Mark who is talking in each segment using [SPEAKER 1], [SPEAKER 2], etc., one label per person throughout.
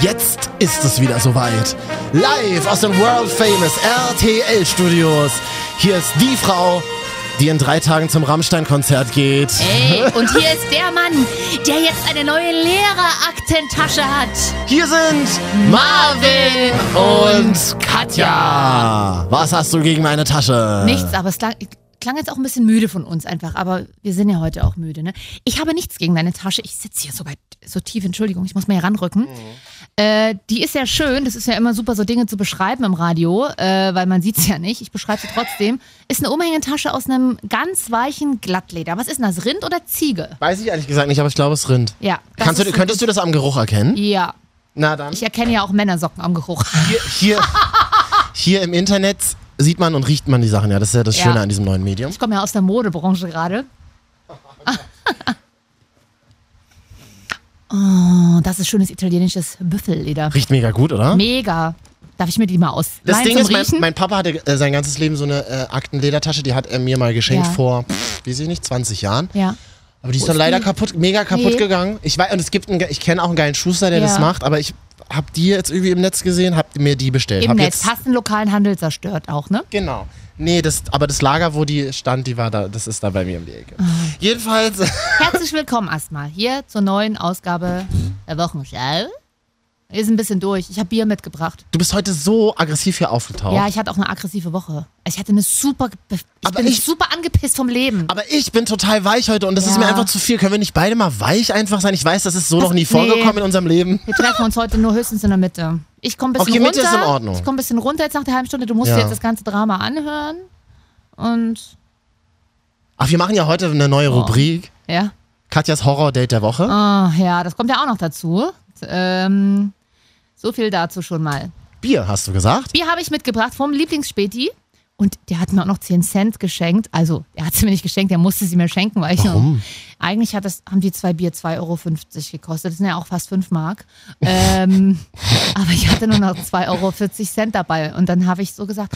[SPEAKER 1] Jetzt ist es wieder soweit. Live aus den World Famous RTL Studios. Hier ist die Frau, die in drei Tagen zum Rammstein-Konzert geht.
[SPEAKER 2] Ey, und hier ist der Mann, der jetzt eine neue leere Aktentasche hat.
[SPEAKER 1] Hier sind Marvin und Katja. Was hast du gegen meine Tasche?
[SPEAKER 2] Nichts, aber es klang, klang jetzt auch ein bisschen müde von uns einfach. Aber wir sind ja heute auch müde, ne? Ich habe nichts gegen deine Tasche. Ich sitze hier so weit, so tief, Entschuldigung, ich muss mal hier ranrücken.
[SPEAKER 1] Mhm.
[SPEAKER 2] Äh, die ist ja schön, das ist ja immer super, so Dinge zu beschreiben im Radio, äh, weil man sieht es ja nicht. Ich beschreibe sie trotzdem. Ist eine Umhängetasche aus einem ganz weichen Glattleder. Was ist denn das, Rind oder Ziege?
[SPEAKER 1] Weiß ich ehrlich gesagt nicht, aber ich glaube, es rinnt.
[SPEAKER 2] Ja. das
[SPEAKER 1] Kannst du,
[SPEAKER 2] ist-
[SPEAKER 1] könntest du das am Geruch erkennen?
[SPEAKER 2] Ja.
[SPEAKER 1] Na dann.
[SPEAKER 2] Ich erkenne ja auch Männersocken am Geruch.
[SPEAKER 1] Hier, hier, hier im Internet sieht man und riecht man die Sachen. Ja, das ist ja das
[SPEAKER 2] Ja.
[SPEAKER 1] Schöne an diesem neuen Medium.
[SPEAKER 2] Ich komme ja aus der Modebranche gerade. oh, das ist schönes italienisches Büffelleder.
[SPEAKER 1] Riecht mega gut, oder?
[SPEAKER 2] Mega. Darf ich mir die mal aus?
[SPEAKER 1] Das
[SPEAKER 2] leihen
[SPEAKER 1] Ding
[SPEAKER 2] zum
[SPEAKER 1] ist, mein,
[SPEAKER 2] Riechen?
[SPEAKER 1] mein Papa hatte äh, sein ganzes Leben so eine äh, Aktenledertasche, die hat er mir mal geschenkt
[SPEAKER 2] Ja.
[SPEAKER 1] vor, pff, weiß ich nicht, 20 Jahren.
[SPEAKER 2] ja.
[SPEAKER 1] Aber die ist dann leider kaputt, mega kaputt
[SPEAKER 2] Nee.
[SPEAKER 1] gegangen. Ich weiß, und es gibt einen, ge- ich kenne auch einen geilen Schuster, der
[SPEAKER 2] Ja.
[SPEAKER 1] das macht, aber ich hab die jetzt irgendwie im Netz gesehen, hab mir die bestellt.
[SPEAKER 2] Im
[SPEAKER 1] hab
[SPEAKER 2] Netz.
[SPEAKER 1] Jetzt,
[SPEAKER 2] Hast den lokalen Handel zerstört auch, ne?
[SPEAKER 1] genau. Nee, das, aber das Lager, wo die stand, die war da, das ist da bei mir um die Ecke.
[SPEAKER 2] Ah.
[SPEAKER 1] Jedenfalls,
[SPEAKER 2] Herzlich willkommen erstmal hier zur neuen Ausgabe der Wochenschau. Wir sind ein bisschen durch. Ich habe Bier mitgebracht.
[SPEAKER 1] du bist heute so aggressiv hier aufgetaucht.
[SPEAKER 2] Ja, ich hatte auch eine aggressive Woche. Also Ich hatte eine super, ich
[SPEAKER 1] Aber
[SPEAKER 2] bin
[SPEAKER 1] ich-
[SPEAKER 2] super angepisst vom Leben.
[SPEAKER 1] aber ich bin total weich heute und das ist
[SPEAKER 2] Ja.
[SPEAKER 1] mir einfach zu viel. Können wir nicht beide mal weich einfach sein? Ich weiß, das ist so noch nie
[SPEAKER 2] nee.
[SPEAKER 1] vorgekommen in unserem Leben.
[SPEAKER 2] Wir treffen uns heute nur höchstens in der Mitte. Ich komme ein bisschen
[SPEAKER 1] Okay,
[SPEAKER 2] runter.
[SPEAKER 1] Mitte ist in Ordnung.
[SPEAKER 2] Ich komme ein bisschen runter jetzt nach der halben Stunde. Du musst
[SPEAKER 1] Ja.
[SPEAKER 2] dir jetzt das ganze Drama anhören. Und
[SPEAKER 1] Ach, wir machen ja heute eine neue
[SPEAKER 2] Oh.
[SPEAKER 1] Rubrik.
[SPEAKER 2] ja.
[SPEAKER 1] Katjas Horror-Date der Woche.
[SPEAKER 2] Ah, ja, das kommt ja auch noch dazu. Ähm, so viel dazu schon mal.
[SPEAKER 1] Bier, hast du gesagt?
[SPEAKER 2] Bier habe ich mitgebracht vom Lieblingsspäti. Und der hat mir auch noch 10 Cent geschenkt. Also, er hat sie mir nicht geschenkt, er musste sie mir schenken, weil ich
[SPEAKER 1] Warum?
[SPEAKER 2] Eigentlich hat das, haben die zwei Bier 2,50 Euro gekostet. Das sind ja auch fast 5 Mark. Ähm, aber ich hatte nur noch 2,40 Euro dabei. Und dann habe ich so gesagt: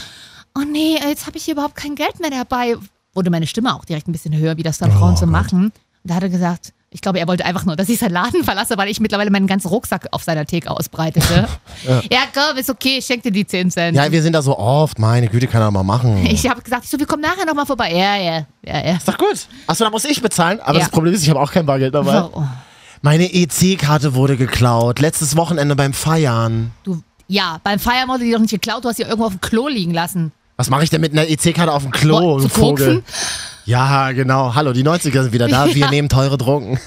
[SPEAKER 2] Oh nee, jetzt habe ich hier überhaupt kein Geld mehr dabei. Wurde meine Stimme auch direkt ein bisschen höher, wie das dann Frauen so
[SPEAKER 1] Oh Gott.
[SPEAKER 2] machen. Und da hat er gesagt, ich glaube, er wollte einfach nur, dass ich seinen Laden verlasse, weil ich mittlerweile meinen ganzen Rucksack auf seiner Theke ausbreitete. ja. komm, ist okay, ich schenke dir die 10 Cent.
[SPEAKER 1] Ja, wir sind da so oft. Meine Güte, kann er mal machen.
[SPEAKER 2] ich habe gesagt, ich so, wir kommen nachher nochmal vorbei. Ja, ja, ja, ja.
[SPEAKER 1] Ist doch gut. Achso, da muss ich bezahlen. Aber
[SPEAKER 2] Ja.
[SPEAKER 1] das Problem ist, ich habe auch kein Bargeld dabei.
[SPEAKER 2] Oh,
[SPEAKER 1] Meine EC-Karte wurde geklaut. Letztes Wochenende beim Feiern.
[SPEAKER 2] du, ja, beim Feiern wurde die doch nicht geklaut, du hast sie irgendwo auf dem Klo liegen lassen.
[SPEAKER 1] Was mache ich denn mit einer EC-Karte auf dem Klo,
[SPEAKER 2] Zu
[SPEAKER 1] du Vogel?
[SPEAKER 2] koksen?
[SPEAKER 1] Ja, genau. Hallo, die 90er sind wieder da. Wir nehmen teure Drogen.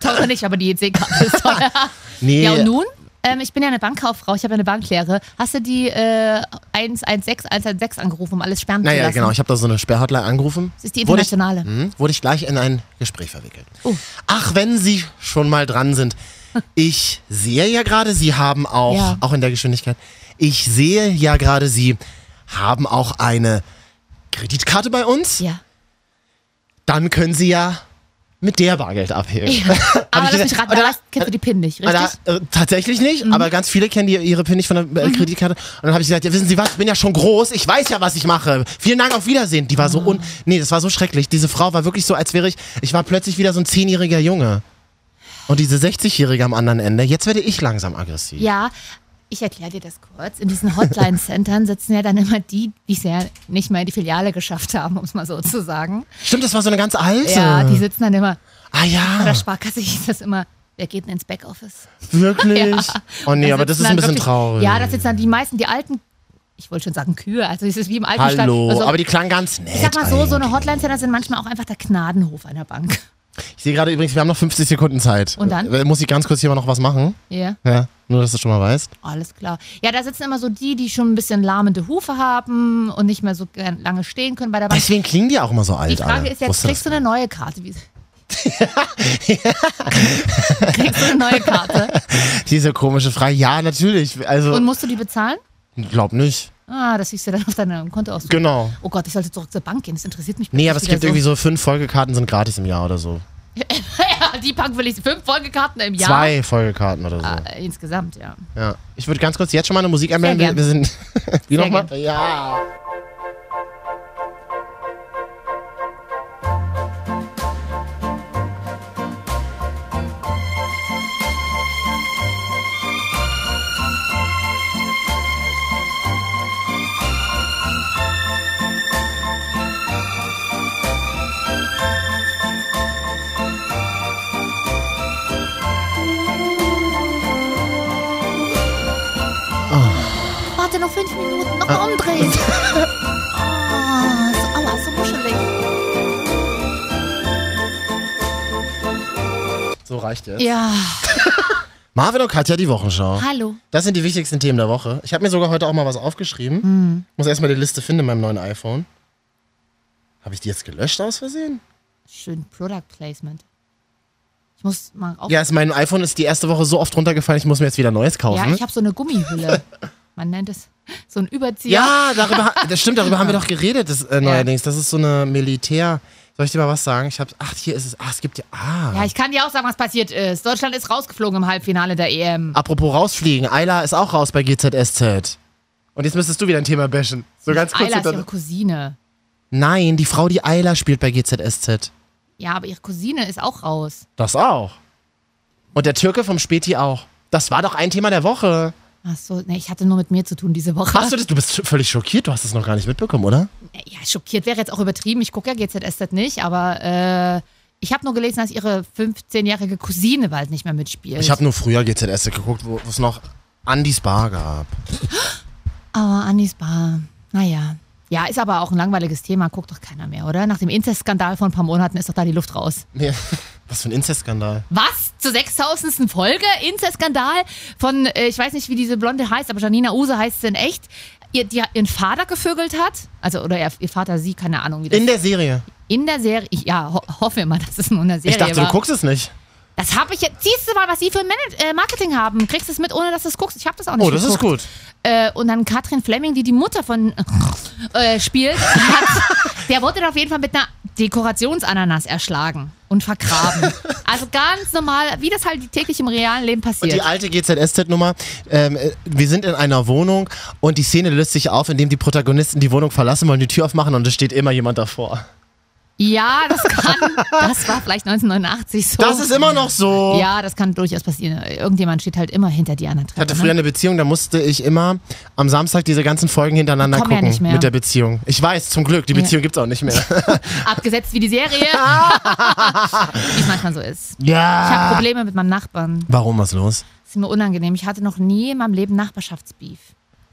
[SPEAKER 2] Teure nicht, aber die EC-Karte ist teuer.
[SPEAKER 1] Nee.
[SPEAKER 2] Ja, und nun? Ähm, ich bin ja eine Bankkauffrau, ich habe ja eine Banklehre. Hast du die äh, 116 116 angerufen, um alles sperren zu
[SPEAKER 1] naja,
[SPEAKER 2] lassen?
[SPEAKER 1] genau. Ich habe da so eine Sperrhotline angerufen.
[SPEAKER 2] Das ist die
[SPEAKER 1] Wurde ich-
[SPEAKER 2] internationale.
[SPEAKER 1] Hm, wurde ich gleich in ein Gespräch verwickelt.
[SPEAKER 2] Oh.
[SPEAKER 1] Ach, wenn Sie schon mal dran sind. Ich sehe ja gerade, Sie haben auch,
[SPEAKER 2] Ja.
[SPEAKER 1] auch in der Geschwindigkeit, ich sehe ja gerade, Sie haben auch eine Kreditkarte bei uns.
[SPEAKER 2] Ja.
[SPEAKER 1] Dann können Sie ja mit der Bargeld abheben. Hab ich
[SPEAKER 2] Aber lass
[SPEAKER 1] gesagt-
[SPEAKER 2] mich raten,
[SPEAKER 1] oder-
[SPEAKER 2] da hast- kennst du die PIN nicht, richtig? Mhm.
[SPEAKER 1] oder, äh, tatsächlich nicht, aber ganz viele kennen die, ihre PIN nicht von der äh, Kreditkarte. Und dann habe ich gesagt, ja, wissen Sie was, ich bin ja schon groß, ich weiß ja, was ich mache. Vielen Dank, auf Wiedersehen. Die war
[SPEAKER 2] Ah.
[SPEAKER 1] so un... Nee, das war so schrecklich. Diese Frau war wirklich so, als wäre ich... Ich war plötzlich wieder so ein zehnjähriger Junge. Und diese 60-Jährige am anderen Ende, jetzt werde ich langsam aggressiv.
[SPEAKER 2] Ja, ich erkläre dir das kurz. In diesen Hotline-Centern sitzen ja dann immer die, die es ja nicht mehr in die Filiale geschafft haben, um es mal so zu sagen.
[SPEAKER 1] Stimmt, das war so eine ganz alte.
[SPEAKER 2] Ja, die sitzen dann immer,
[SPEAKER 1] ah
[SPEAKER 2] bei
[SPEAKER 1] ja,
[SPEAKER 2] der Sparkasse hieß das immer, wer geht denn ins Backoffice?
[SPEAKER 1] wirklich? Oh nee,
[SPEAKER 2] Da
[SPEAKER 1] aber das
[SPEAKER 2] sitzen
[SPEAKER 1] ist ein
[SPEAKER 2] dann
[SPEAKER 1] bisschen
[SPEAKER 2] wirklich-
[SPEAKER 1] traurig.
[SPEAKER 2] Ja, das sitzen dann die meisten, die alten, ich wollte schon sagen Kühe, also es ist wie im alten Stall-
[SPEAKER 1] Hallo,
[SPEAKER 2] also,
[SPEAKER 1] aber die klang ganz nett.
[SPEAKER 2] ich sag mal so, so eine
[SPEAKER 1] eigentlich.
[SPEAKER 2] Hotline-Center sind manchmal auch einfach der Gnadenhof einer Bank.
[SPEAKER 1] Ich sehe gerade übrigens, wir haben noch 50 Sekunden Zeit.
[SPEAKER 2] Und dann?
[SPEAKER 1] Äh, Muss ich ganz kurz hier mal noch was machen?
[SPEAKER 2] Ja.
[SPEAKER 1] Ja, nur, dass du schon mal weißt.
[SPEAKER 2] Alles klar. Ja, da sitzen immer so die, die schon ein bisschen lahmende Hufe haben und nicht mehr so gern lange stehen können bei der Bank.
[SPEAKER 1] Deswegen klingen die auch immer so alt.
[SPEAKER 2] Die Frage
[SPEAKER 1] alle.
[SPEAKER 2] ist jetzt,
[SPEAKER 1] Wusste
[SPEAKER 2] kriegst du
[SPEAKER 1] das?
[SPEAKER 2] eine neue Karte? Wie kriegst du eine neue Karte?
[SPEAKER 1] Diese komische Frage. Ja, natürlich. Also,
[SPEAKER 2] Und musst du die bezahlen?
[SPEAKER 1] glaub nicht.
[SPEAKER 2] Ah, das siehst du dann auf deinem Konto aus.
[SPEAKER 1] Genau.
[SPEAKER 2] Oh Gott, ich sollte zurück zur Bank gehen. Das interessiert mich
[SPEAKER 1] Nee, aber es
[SPEAKER 2] plötzlich
[SPEAKER 1] gibt
[SPEAKER 2] wieder
[SPEAKER 1] irgendwie so fünf Folgekarten sind gratis im Jahr oder so.
[SPEAKER 2] so. Ja, die Bank will ich fünf Folgekarten im Jahr.
[SPEAKER 1] Zwei Folgekarten oder so.
[SPEAKER 2] Äh, Insgesamt, ja.
[SPEAKER 1] Ja. Ich würde ganz kurz jetzt schon mal eine Musik anmelden. Wir,
[SPEAKER 2] gern.
[SPEAKER 1] wir sind. Wie
[SPEAKER 2] Sehr
[SPEAKER 1] nochmal? Ja.
[SPEAKER 2] noch fünf Minuten. Nochmal
[SPEAKER 1] Ah.
[SPEAKER 2] umdrehen. oh, so, aua, so muschelig.
[SPEAKER 1] So reicht jetzt.
[SPEAKER 2] Ja,
[SPEAKER 1] Marvin und Katja, die Wochenschau.
[SPEAKER 2] hallo.
[SPEAKER 1] Das sind die wichtigsten Themen der Woche. Ich habe mir sogar heute auch mal was aufgeschrieben.
[SPEAKER 2] Hm.
[SPEAKER 1] Muss erstmal die Liste finden in meinem neuen iPhone. Habe ich die jetzt gelöscht aus Versehen?
[SPEAKER 2] Schön Product Placement. Ich muss mal auf.
[SPEAKER 1] Ja, ist mein iPhone ist die erste Woche so oft runtergefallen, ich muss mir jetzt wieder neues kaufen.
[SPEAKER 2] Oh. Ja, ich habe so eine Gummihülle. Man nennt es so ein Überzieher.
[SPEAKER 1] Ja, darüber, das stimmt, darüber haben wir doch geredet das, äh, neuerdings. Das ist so eine Militär. Soll ich dir mal was sagen? Ich hab's. Ach, hier ist es. Ach, es gibt ja. Ah.
[SPEAKER 2] Ja, ich kann dir auch sagen, was passiert ist. Deutschland ist rausgeflogen im Halbfinale der E EM.
[SPEAKER 1] Apropos rausfliegen. Ayla ist auch raus bei GZSZ. Und jetzt müsstest du wieder ein Thema bashen. So ganz kurz.
[SPEAKER 2] Ayla ist
[SPEAKER 1] hinter-
[SPEAKER 2] ihre Cousine.
[SPEAKER 1] Nein, die Frau, die Ayla spielt bei GZSZ.
[SPEAKER 2] Ja, aber ihre Cousine ist auch raus.
[SPEAKER 1] Das auch. Und der Türke vom Späti auch. Das war doch ein Thema der Woche.
[SPEAKER 2] Ach so, nee, ich hatte nur mit mir zu tun diese Woche.
[SPEAKER 1] Hast du das? Du bist sch- völlig schockiert. Du hast es noch gar nicht mitbekommen, oder?
[SPEAKER 2] Ja, schockiert wäre jetzt auch übertrieben. Ich gucke ja GZSZ nicht, aber äh, ich habe nur gelesen, dass ihre 15-jährige Cousine bald nicht mehr mitspielt.
[SPEAKER 1] Ich habe nur früher GZSZ geguckt, wo wo es noch Andys Bar gab.
[SPEAKER 2] Aber Oh, Anis Bar, naja. Ja, ist aber auch ein langweiliges Thema, guckt doch keiner mehr, oder? Nach dem Inzestskandal von ein paar Monaten ist doch da die Luft raus.
[SPEAKER 1] Nee. Was für ein Inzestskandal.
[SPEAKER 2] Was? Zur 6000. Folge? Inzestskandal von, äh, ich weiß nicht, wie diese Blonde heißt, aber Janina Use heißt sie in echt, ihr, die ihren Vater gevögelt hat. Also, oder ihr, ihr Vater sie, keine Ahnung, wie das
[SPEAKER 1] In der Serie.
[SPEAKER 2] In der Serie, ich, ja, ho hoffe immer, dass es nur in der Serie
[SPEAKER 1] Ich dachte,
[SPEAKER 2] war.
[SPEAKER 1] du guckst es nicht.
[SPEAKER 2] Das habe ich jetzt. Siehst du mal, was die für ein Manage- äh, Marketing haben? Kriegst es mit, ohne dass du es guckst. Ich habe das auch nicht
[SPEAKER 1] Oh, das ist
[SPEAKER 2] geguckt.
[SPEAKER 1] gut.
[SPEAKER 2] Äh, und dann Katrin Fleming, die die Mutter von äh, spielt, hat, der wurde dann auf jeden Fall mit einer Dekorationsananas erschlagen und vergraben. Also ganz normal, wie das halt täglich im realen Leben
[SPEAKER 1] Und
[SPEAKER 2] passiert.
[SPEAKER 1] die alte GZSZ-Nummer. Ähm, äh, wir sind in einer Wohnung und die Szene löst sich auf, indem die Protagonisten die Wohnung verlassen wollen, die Tür aufmachen und es steht immer jemand davor.
[SPEAKER 2] Ja, das kann. Das war vielleicht 1989 so.
[SPEAKER 1] Das ist immer noch so.
[SPEAKER 2] Ja, das kann durchaus passieren. Irgendjemand steht halt immer hinter die anderen
[SPEAKER 1] Ich hatte
[SPEAKER 2] ne?
[SPEAKER 1] früher eine Beziehung, da musste ich immer am Samstag diese ganzen Folgen hintereinander
[SPEAKER 2] Kommen ja
[SPEAKER 1] gucken
[SPEAKER 2] nicht mehr.
[SPEAKER 1] mit der Beziehung. Ich weiß, zum Glück, die Beziehung gibt's auch nicht mehr.
[SPEAKER 2] Ne? Abgesetzt wie die Serie. wie es manchmal so ist. Ich habe
[SPEAKER 1] ja.
[SPEAKER 2] Probleme mit meinem Nachbarn.
[SPEAKER 1] Warum was los?
[SPEAKER 2] Das ist mir unangenehm. Ich hatte noch nie in meinem Leben Nachbarschaftsbeef.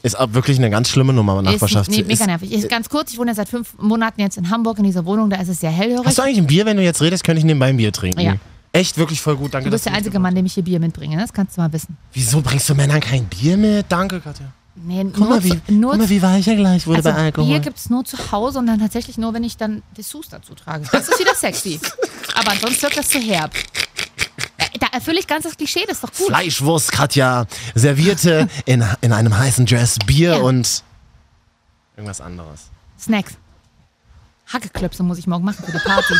[SPEAKER 1] Ist auch wirklich eine ganz schlimme Nummer Nachbarschaft.
[SPEAKER 2] Ist, nee, mega
[SPEAKER 1] Ist-
[SPEAKER 2] nervig. Ist, ganz kurz, ich wohne ja seit fünf Monaten jetzt in Hamburg in dieser Wohnung, da ist es sehr hellhörig.
[SPEAKER 1] Hast du eigentlich ein Bier, wenn du jetzt redest, könnte ich nebenbei ein Bier trinken.
[SPEAKER 2] Ja.
[SPEAKER 1] Echt wirklich voll gut, danke.
[SPEAKER 2] Du bist
[SPEAKER 1] dass
[SPEAKER 2] der einzige
[SPEAKER 1] mitgebracht
[SPEAKER 2] Mann, dem ich hier Bier mitbringe, das kannst du mal wissen.
[SPEAKER 1] hast. Wieso bringst du Männern kein Bier mit? Danke, Katja.
[SPEAKER 2] Nee,
[SPEAKER 1] Guck
[SPEAKER 2] nur,
[SPEAKER 1] mal, wie,
[SPEAKER 2] zu, nur,
[SPEAKER 1] guck mal, wie weich er gleich wurde
[SPEAKER 2] also
[SPEAKER 1] bei Alkohol.
[SPEAKER 2] Bier gibt es nur zu Hause und dann tatsächlich nur, wenn ich dann Dessous dazu trage. Das ist wieder sexy. Aber ansonsten wird das zu herb. Äh, Da erfülle ich ganz das Klischee, das ist doch gut.
[SPEAKER 1] Fleischwurst, Katja. Servierte in, in einem heißen Dress Bier
[SPEAKER 2] Ja.
[SPEAKER 1] und irgendwas anderes.
[SPEAKER 2] Snacks. Hackeklöpse muss ich morgen machen für die Party.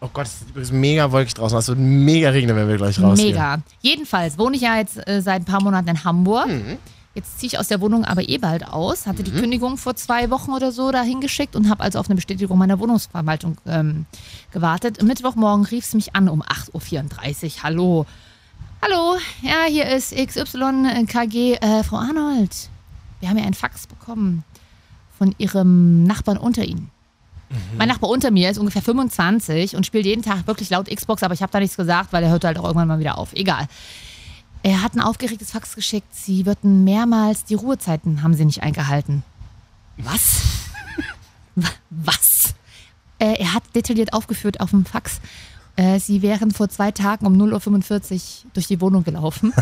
[SPEAKER 1] Oh Gott, es ist übrigens mega wolkig draußen. Es wird mega regnen, wenn wir gleich rausgehen.
[SPEAKER 2] Mega. Jedenfalls wohne ich ja jetzt äh, seit ein paar Monaten in Hamburg. Jetzt ziehe ich aus der Wohnung aber eh bald aus. Hatte die Kündigung vor zwei Wochen oder so dahin geschickt und habe also auf eine Bestätigung meiner Wohnungsverwaltung ähm, gewartet. Mittwochmorgen rief es mich an um 8.34 Uhr. Hallo. Hallo, ja, hier ist XYKG. Äh, Frau Arnold, wir haben ja einen Fax bekommen von Ihrem Nachbarn unter Ihnen. Mein Nachbar unter mir ist ungefähr 25 und spielt jeden Tag wirklich laut Xbox, aber ich habe da nichts gesagt, weil er hört halt auch irgendwann mal wieder auf. Egal. Er hat ein aufgeregtes Fax geschickt. Sie würden mehrmals die Ruhezeiten haben sie nicht eingehalten. Was? Wa- Was? Äh, er hat detailliert aufgeführt auf dem Fax. Äh, sie wären vor zwei Tagen um 0.45 Uhr durch die Wohnung gelaufen.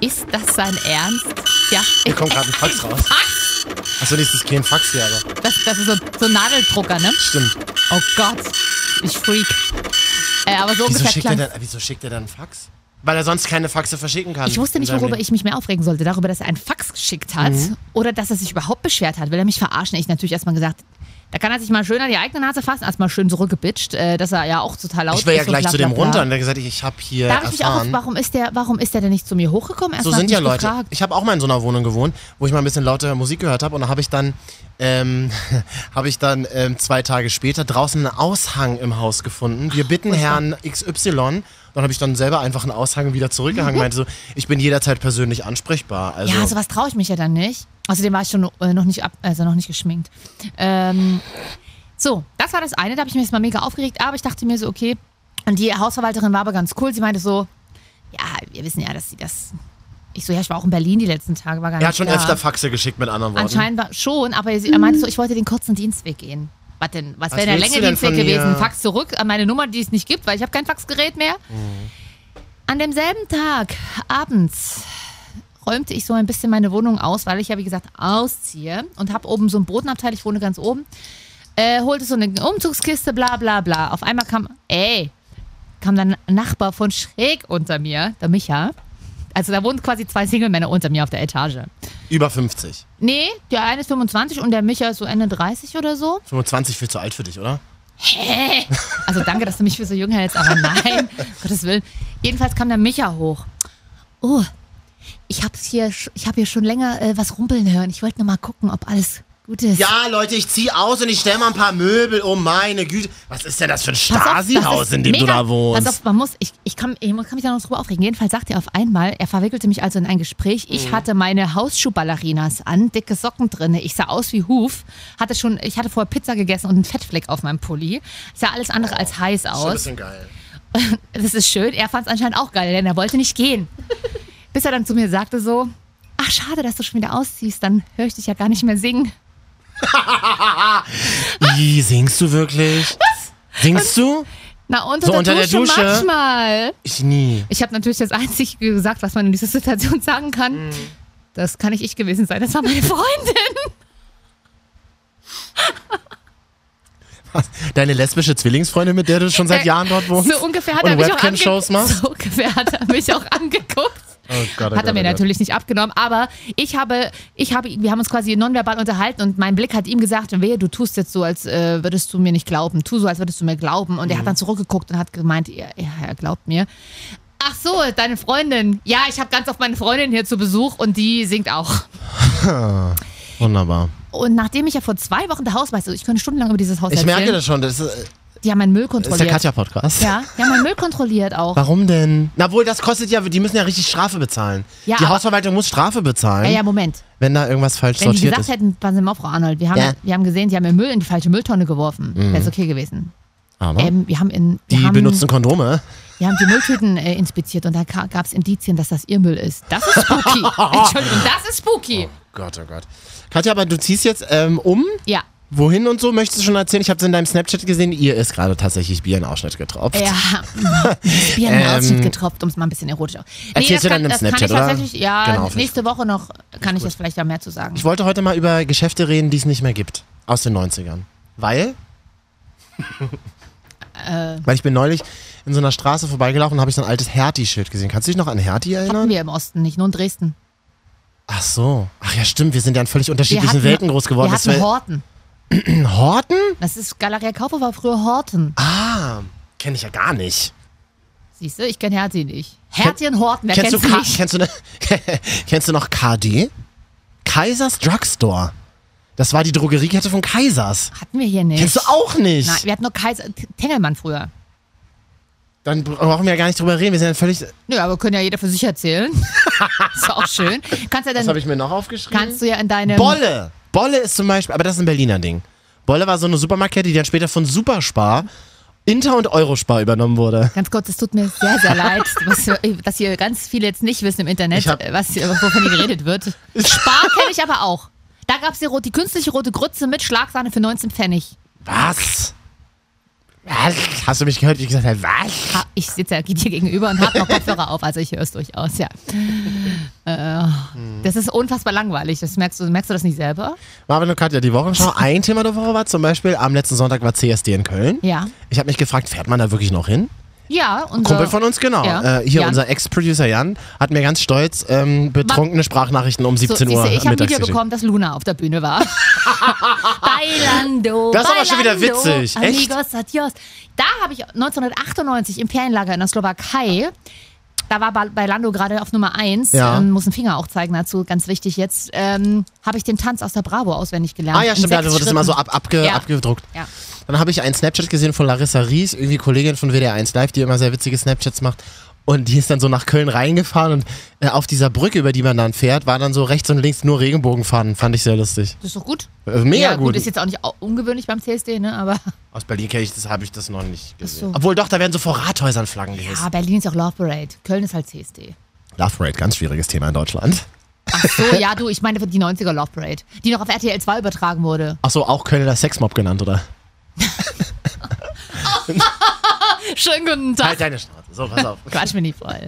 [SPEAKER 2] Ist das sein Ernst? Ja,
[SPEAKER 1] Hier kommt gerade ein Fax raus. Achso, das ist kein Fax hier, aber
[SPEAKER 2] das, das ist so, so ein Nadeldrucker, ne?
[SPEAKER 1] stimmt.
[SPEAKER 2] Oh Gott, ich freak. Äh, aber so
[SPEAKER 1] Wieso
[SPEAKER 2] ungefähr
[SPEAKER 1] schickt, er
[SPEAKER 2] klang
[SPEAKER 1] dann, wieso schickt er dann einen Fax? Weil er sonst keine Faxe verschicken kann.
[SPEAKER 2] Ich wusste nicht,
[SPEAKER 1] In seinem
[SPEAKER 2] worüber
[SPEAKER 1] Leben. Mhm.
[SPEAKER 2] ich mich mehr aufregen sollte. Darüber, dass er einen Fax geschickt hat oder dass er sich überhaupt beschwert hat. Will er mich verarschen? Ich natürlich erstmal gesagt, da kann er sich mal schön an die eigene Nase fassen, erstmal schön zurückgebitscht, äh, dass er ja auch total laut
[SPEAKER 1] Ich wäre ja
[SPEAKER 2] ist und
[SPEAKER 1] gleich
[SPEAKER 2] bla,
[SPEAKER 1] zu
[SPEAKER 2] bla,
[SPEAKER 1] dem
[SPEAKER 2] bla.
[SPEAKER 1] runter und er hat gesagt, ich habe hier
[SPEAKER 2] Da habe ich mich auch
[SPEAKER 1] erfahren.
[SPEAKER 2] gefragt, warum ist der, warum ist der denn nicht zu mir hochgekommen?
[SPEAKER 1] so
[SPEAKER 2] Erstmal hab
[SPEAKER 1] sind
[SPEAKER 2] ich
[SPEAKER 1] ja
[SPEAKER 2] mich
[SPEAKER 1] Leute.
[SPEAKER 2] Gefragt.
[SPEAKER 1] Ich habe auch mal in so einer Wohnung gewohnt, wo ich mal ein bisschen laute Musik gehört habe und da habe ich dann, ähm, habe ich dann ähm, zwei Tage später draußen einen Aushang im Haus gefunden. Wir bitten Herrn XY. Dann habe ich dann selber einfach einen Aushang wieder zurückgehangen. Meinte so, ich bin jederzeit persönlich ansprechbar. Also,
[SPEAKER 2] Mhm. Ja, sowas traue ich mich ja dann nicht. Außerdem war ich schon äh, noch nicht ab, also noch nicht geschminkt. Ähm, so, das war das eine, da habe ich mich jetzt mal mega aufgeregt, aber ich dachte mir so, okay. Und die Hausverwalterin war aber ganz cool. Sie meinte so, ja, wir wissen ja, dass sie das Ich so, ja, ich war auch in Berlin die letzten Tage, war gar nicht
[SPEAKER 1] Er hat schon
[SPEAKER 2] da.
[SPEAKER 1] öfter Faxe geschickt, mit anderen Worten.
[SPEAKER 2] Anscheinend war schon, aber er er meinte so, ich wollte den kurzen Dienstweg gehen. Was denn? Was,
[SPEAKER 1] Was
[SPEAKER 2] wäre der
[SPEAKER 1] willst
[SPEAKER 2] längere
[SPEAKER 1] du denn von
[SPEAKER 2] Dienstweg gewesen?
[SPEAKER 1] mir?
[SPEAKER 2] Fax zurück an meine Nummer, die es nicht gibt, weil ich habe kein Faxgerät mehr.
[SPEAKER 1] Mhm.
[SPEAKER 2] An demselben Tag, abends, räumte ich so ein bisschen meine Wohnung aus, weil ich ja, wie gesagt, ausziehe und habe oben so ein Bodenabteil, ich wohne ganz oben. Äh, holte so eine Umzugskiste, bla bla bla. Auf einmal kam, ey, kam dann ein Nachbar von schräg unter mir, der Micha. Also da wohnen quasi zwei Single-Männer unter mir auf der Etage.
[SPEAKER 1] Über 50.
[SPEAKER 2] Nee, der eine ist 25 und der Micha ist so Ende 30 oder so.
[SPEAKER 1] 25 viel zu alt für dich, oder?
[SPEAKER 2] Also danke, dass du mich für so jung hältst, aber nein, um Gottes Willen. Jedenfalls kam der Micha hoch. Oh, ich hab's hier, sch- ich hab hier schon länger äh, was rumpeln hören. Ich wollte nur mal gucken, ob alles gut ist.
[SPEAKER 1] Ja, Leute, ich zieh aus und ich stell mal ein paar Möbel. Oh meine Güte. Was ist denn das für ein
[SPEAKER 2] Pass auf, das
[SPEAKER 1] Stasi-Haus,
[SPEAKER 2] ist
[SPEAKER 1] in dem du
[SPEAKER 2] mega-
[SPEAKER 1] da wohnst?
[SPEAKER 2] Pass auf, man muss, ich, ich, kann, ich muss- kann mich da noch drüber aufregen. Jedenfalls sagt er auf einmal, er verwickelte mich also in ein Gespräch.
[SPEAKER 1] Mhm.
[SPEAKER 2] Ich hatte meine Hausschuhballerinas an, dicke Socken drinne. Ich sah aus wie Huf. Hatte schon, ich hatte vorher Pizza gegessen und einen Fettfleck auf meinem Pulli. Ich sah alles andere als heiß
[SPEAKER 1] Schon ein
[SPEAKER 2] aus.
[SPEAKER 1] bisschen geil.
[SPEAKER 2] Das ist schön. Er fand es anscheinend auch geil, denn er wollte nicht gehen. Bis er dann zu mir sagte so, ach schade, dass du schon wieder ausziehst, dann höre ich dich ja gar nicht mehr singen.
[SPEAKER 1] Ih, singst du wirklich? Was? Singst du?
[SPEAKER 2] Na, unter,
[SPEAKER 1] So,
[SPEAKER 2] der,
[SPEAKER 1] unter der
[SPEAKER 2] Dusche
[SPEAKER 1] Dusche?
[SPEAKER 2] manchmal.
[SPEAKER 1] Ich nie.
[SPEAKER 2] Ich habe natürlich das Einzige gesagt, was man in dieser Situation sagen
[SPEAKER 1] Mhm.
[SPEAKER 2] kann. Das kann nicht ich gewesen sein, das war meine Freundin.
[SPEAKER 1] Was? Deine lesbische Zwillingsfreundin, mit der du schon seit
[SPEAKER 2] Äh,
[SPEAKER 1] Jahren dort wohnst?
[SPEAKER 2] So ungefähr hat
[SPEAKER 1] und
[SPEAKER 2] er mich auch
[SPEAKER 1] Webcam-Shows
[SPEAKER 2] angeguckt.
[SPEAKER 1] machst?
[SPEAKER 2] So ungefähr hat er mich auch angeguckt.
[SPEAKER 1] Oh Gott, oh
[SPEAKER 2] Hat er
[SPEAKER 1] Gott,
[SPEAKER 2] mir
[SPEAKER 1] oh Gott.
[SPEAKER 2] natürlich nicht abgenommen, aber ich habe, ich habe, wir haben uns quasi nonverbal unterhalten und mein Blick hat ihm gesagt, wehe, du tust jetzt so, als äh, würdest du mir nicht glauben, tu so, als würdest du mir glauben. Und
[SPEAKER 1] Mhm.
[SPEAKER 2] er hat dann zurückgeguckt und hat gemeint, ja, ja, er glaubt mir. Ach so, deine Freundin. Ja, ich habe ganz oft meine Freundin hier zu Besuch und die singt auch.
[SPEAKER 1] Wunderbar.
[SPEAKER 2] Und nachdem ich ja vor zwei Wochen der Hausmeister, also ich könnte stundenlang über dieses Haus
[SPEAKER 1] Ich
[SPEAKER 2] erzählen,
[SPEAKER 1] merke das schon. Das ist,
[SPEAKER 2] die haben meinen Müll
[SPEAKER 1] das ist der
[SPEAKER 2] kontrolliert.
[SPEAKER 1] Katja-Podcast.
[SPEAKER 2] ja, die haben meinen Müll kontrolliert auch.
[SPEAKER 1] Warum denn? Na wohl, das kostet ja, die müssen ja richtig Strafe bezahlen.
[SPEAKER 2] Ja,
[SPEAKER 1] die
[SPEAKER 2] aber-
[SPEAKER 1] Hausverwaltung muss Strafe bezahlen,
[SPEAKER 2] Ja, ja, Moment.
[SPEAKER 1] wenn da irgendwas falsch
[SPEAKER 2] Wenn die
[SPEAKER 1] sortiert
[SPEAKER 2] gesagt
[SPEAKER 1] ist.
[SPEAKER 2] hätten, passen Sie mal auf, Frau Arnold, wir haben,
[SPEAKER 1] Ja.
[SPEAKER 2] wir haben gesehen, Sie haben den Müll in die falsche Mülltonne geworfen. Wäre es okay gewesen.
[SPEAKER 1] Aber
[SPEAKER 2] Ähm, wir haben in, wir
[SPEAKER 1] die
[SPEAKER 2] haben,
[SPEAKER 1] benutzen Kondome.
[SPEAKER 2] Wir haben die Mülltüten äh, inspiziert und da gab es Indizien, dass das ihr Müll ist. Das ist spooky. Entschuldigung, das ist spooky.
[SPEAKER 1] Gott, oh Gott. Katja, aber du ziehst jetzt ähm, um.
[SPEAKER 2] Ja.
[SPEAKER 1] Wohin und so möchtest du schon erzählen? Ich habe es in deinem Snapchat gesehen. Ihr ist gerade tatsächlich Bier in Ausschnitt getropft.
[SPEAKER 2] Ja, das Bier in den Ausschnitt getropft, um es mal ein bisschen erotisch auch.
[SPEAKER 1] Ähm. Erzählst du dann im
[SPEAKER 2] das
[SPEAKER 1] Snapchat,
[SPEAKER 2] kann ich
[SPEAKER 1] oder?
[SPEAKER 2] tatsächlich, ja,
[SPEAKER 1] Genau, finde
[SPEAKER 2] nächste Woche noch kann ich jetzt vielleicht da mehr zu sagen.
[SPEAKER 1] Ich wollte heute mal über Geschäfte reden, die es nicht mehr gibt. Aus den 90ern. Weil?
[SPEAKER 2] Äh.
[SPEAKER 1] Weil ich bin neulich in so einer Straße vorbeigelaufen und habe ich so ein altes Hertie-Schild gesehen. Kannst du dich noch an Hertie
[SPEAKER 2] Hatten
[SPEAKER 1] erinnern?
[SPEAKER 2] wir im Osten nicht, nur in Dresden.
[SPEAKER 1] Ach so. Ach ja, stimmt. Wir sind ja in völlig
[SPEAKER 2] Wir
[SPEAKER 1] unterschiedlichen
[SPEAKER 2] hatten,
[SPEAKER 1] Welten groß geworden.
[SPEAKER 2] Wir
[SPEAKER 1] Das
[SPEAKER 2] hatten
[SPEAKER 1] wär-
[SPEAKER 2] Horten.
[SPEAKER 1] Horten?
[SPEAKER 2] Das ist, Galeria Kaufhof war früher Horten.
[SPEAKER 1] Ah, kenne ich ja gar nicht.
[SPEAKER 2] Siehst du, ich kenne Hertie nicht. Hertie und Horten, wer
[SPEAKER 1] kennst,
[SPEAKER 2] kennt
[SPEAKER 1] du Ka-
[SPEAKER 2] nicht?
[SPEAKER 1] kennst, du ne kennst du noch KD? Kaisers Drugstore. Das war die Drogeriekette von Kaisers.
[SPEAKER 2] Hatten wir hier nicht.
[SPEAKER 1] Kennst du auch nicht?
[SPEAKER 2] Nein, wir hatten nur Kaiser, Tengelmann früher.
[SPEAKER 1] Dann brauchen wir ja gar nicht drüber reden. Wir sind ja völlig
[SPEAKER 2] Nö, aber können ja jeder für sich erzählen. ist auch schön. Kannst ja
[SPEAKER 1] Was habe
[SPEAKER 2] dann,
[SPEAKER 1] ich mir noch aufgeschrieben?
[SPEAKER 2] kannst du ja in deinem...
[SPEAKER 1] Bolle! Bolle ist zum Beispiel, aber das ist ein Berliner Ding. Bolle war so eine Supermarktkette, die dann später von Superspar, Inter und Eurospar übernommen wurde.
[SPEAKER 2] Ganz kurz, es tut mir sehr, sehr leid, was, dass hier ganz viele jetzt nicht wissen im Internet,
[SPEAKER 1] Ich hab-
[SPEAKER 2] äh, was, hier- wovon hier geredet wird. Spar kenne ich aber auch. Da gab es die, rot- die künstliche rote Grütze mit Schlagsahne für 19 Pfennig.
[SPEAKER 1] Was? Was? Hast du mich gehört, wie ich gesagt habe, was?
[SPEAKER 2] Ha, Ich sitze ja dir gegenüber und habe noch Kopfhörer auf, also ich höre es durchaus, ja. Äh,
[SPEAKER 1] Mhm.
[SPEAKER 2] Das ist unfassbar langweilig. Das merkst du, merkst du das nicht selber?
[SPEAKER 1] Marvin und Katja, die Wochenschau. Ein Thema der Woche war zum Beispiel, am letzten Sonntag war CSD in Köln.
[SPEAKER 2] Ja.
[SPEAKER 1] Ich habe mich gefragt, fährt man da wirklich noch hin?
[SPEAKER 2] Ja, unser
[SPEAKER 1] Kumpel von uns, genau.
[SPEAKER 2] Ja.
[SPEAKER 1] Äh, hier
[SPEAKER 2] Jan.
[SPEAKER 1] unser Ex-Producer Jan hat mir ganz stolz ähm, betrunkene Sprachnachrichten um
[SPEAKER 2] so,
[SPEAKER 1] 17
[SPEAKER 2] siehste,
[SPEAKER 1] Uhr
[SPEAKER 2] ich habe ein
[SPEAKER 1] mittags
[SPEAKER 2] Video
[SPEAKER 1] geschickt.
[SPEAKER 2] bekommen, dass Luna auf der Bühne war. Bailando.
[SPEAKER 1] Das ist aber schon wieder
[SPEAKER 2] bailando,
[SPEAKER 1] witzig. Echt?
[SPEAKER 2] Amigos, adios. Da habe ich 1998 im Ferienlager in der Slowakei, da war Ba- Bailando gerade auf Nummer 1,
[SPEAKER 1] Ja.
[SPEAKER 2] ähm, muss einen Finger auch zeigen dazu, ganz wichtig jetzt, ähm, habe ich den Tanz aus der Bravo auswendig gelernt.
[SPEAKER 1] Ah ja,
[SPEAKER 2] In
[SPEAKER 1] stimmt, da
[SPEAKER 2] sechs
[SPEAKER 1] wurde es immer so
[SPEAKER 2] Schritten.
[SPEAKER 1] ab, abge,
[SPEAKER 2] Ja.
[SPEAKER 1] abgedruckt.
[SPEAKER 2] Ja.
[SPEAKER 1] Dann habe ich einen Snapchat gesehen von Larissa Ries, irgendwie Kollegin von WDR1 Live, die immer sehr witzige Snapchats macht. Und die ist dann so nach Köln reingefahren und äh, auf dieser Brücke, über die man dann fährt, war dann so rechts und links nur Regenbogenfahnen. Fand ich sehr lustig.
[SPEAKER 2] Das ist doch gut.
[SPEAKER 1] Äh, Mega
[SPEAKER 2] ja,
[SPEAKER 1] gut.
[SPEAKER 2] Ist jetzt auch nicht au- ungewöhnlich beim CSD, ne? Aber
[SPEAKER 1] Aus Berlin kenne ich das, habe ich das noch nicht gesehen.
[SPEAKER 2] so. Ah,
[SPEAKER 1] Obwohl doch, da werden so vor Rathäusern Flaggen gehisst.
[SPEAKER 2] ja, Berlin ist auch Love Parade. Köln ist halt CSD.
[SPEAKER 1] Love Parade, ganz schwieriges Thema in Deutschland.
[SPEAKER 2] Ach so, ja, du, ich meine die 90er Love Parade, die noch auf RTL 2 übertragen wurde.
[SPEAKER 1] Achso, auch Kölner Sexmob genannt, oder?
[SPEAKER 2] Schönen guten Tag.
[SPEAKER 1] Halt deine Schnauze. So, pass auf.
[SPEAKER 2] Quatsch mir nicht voll.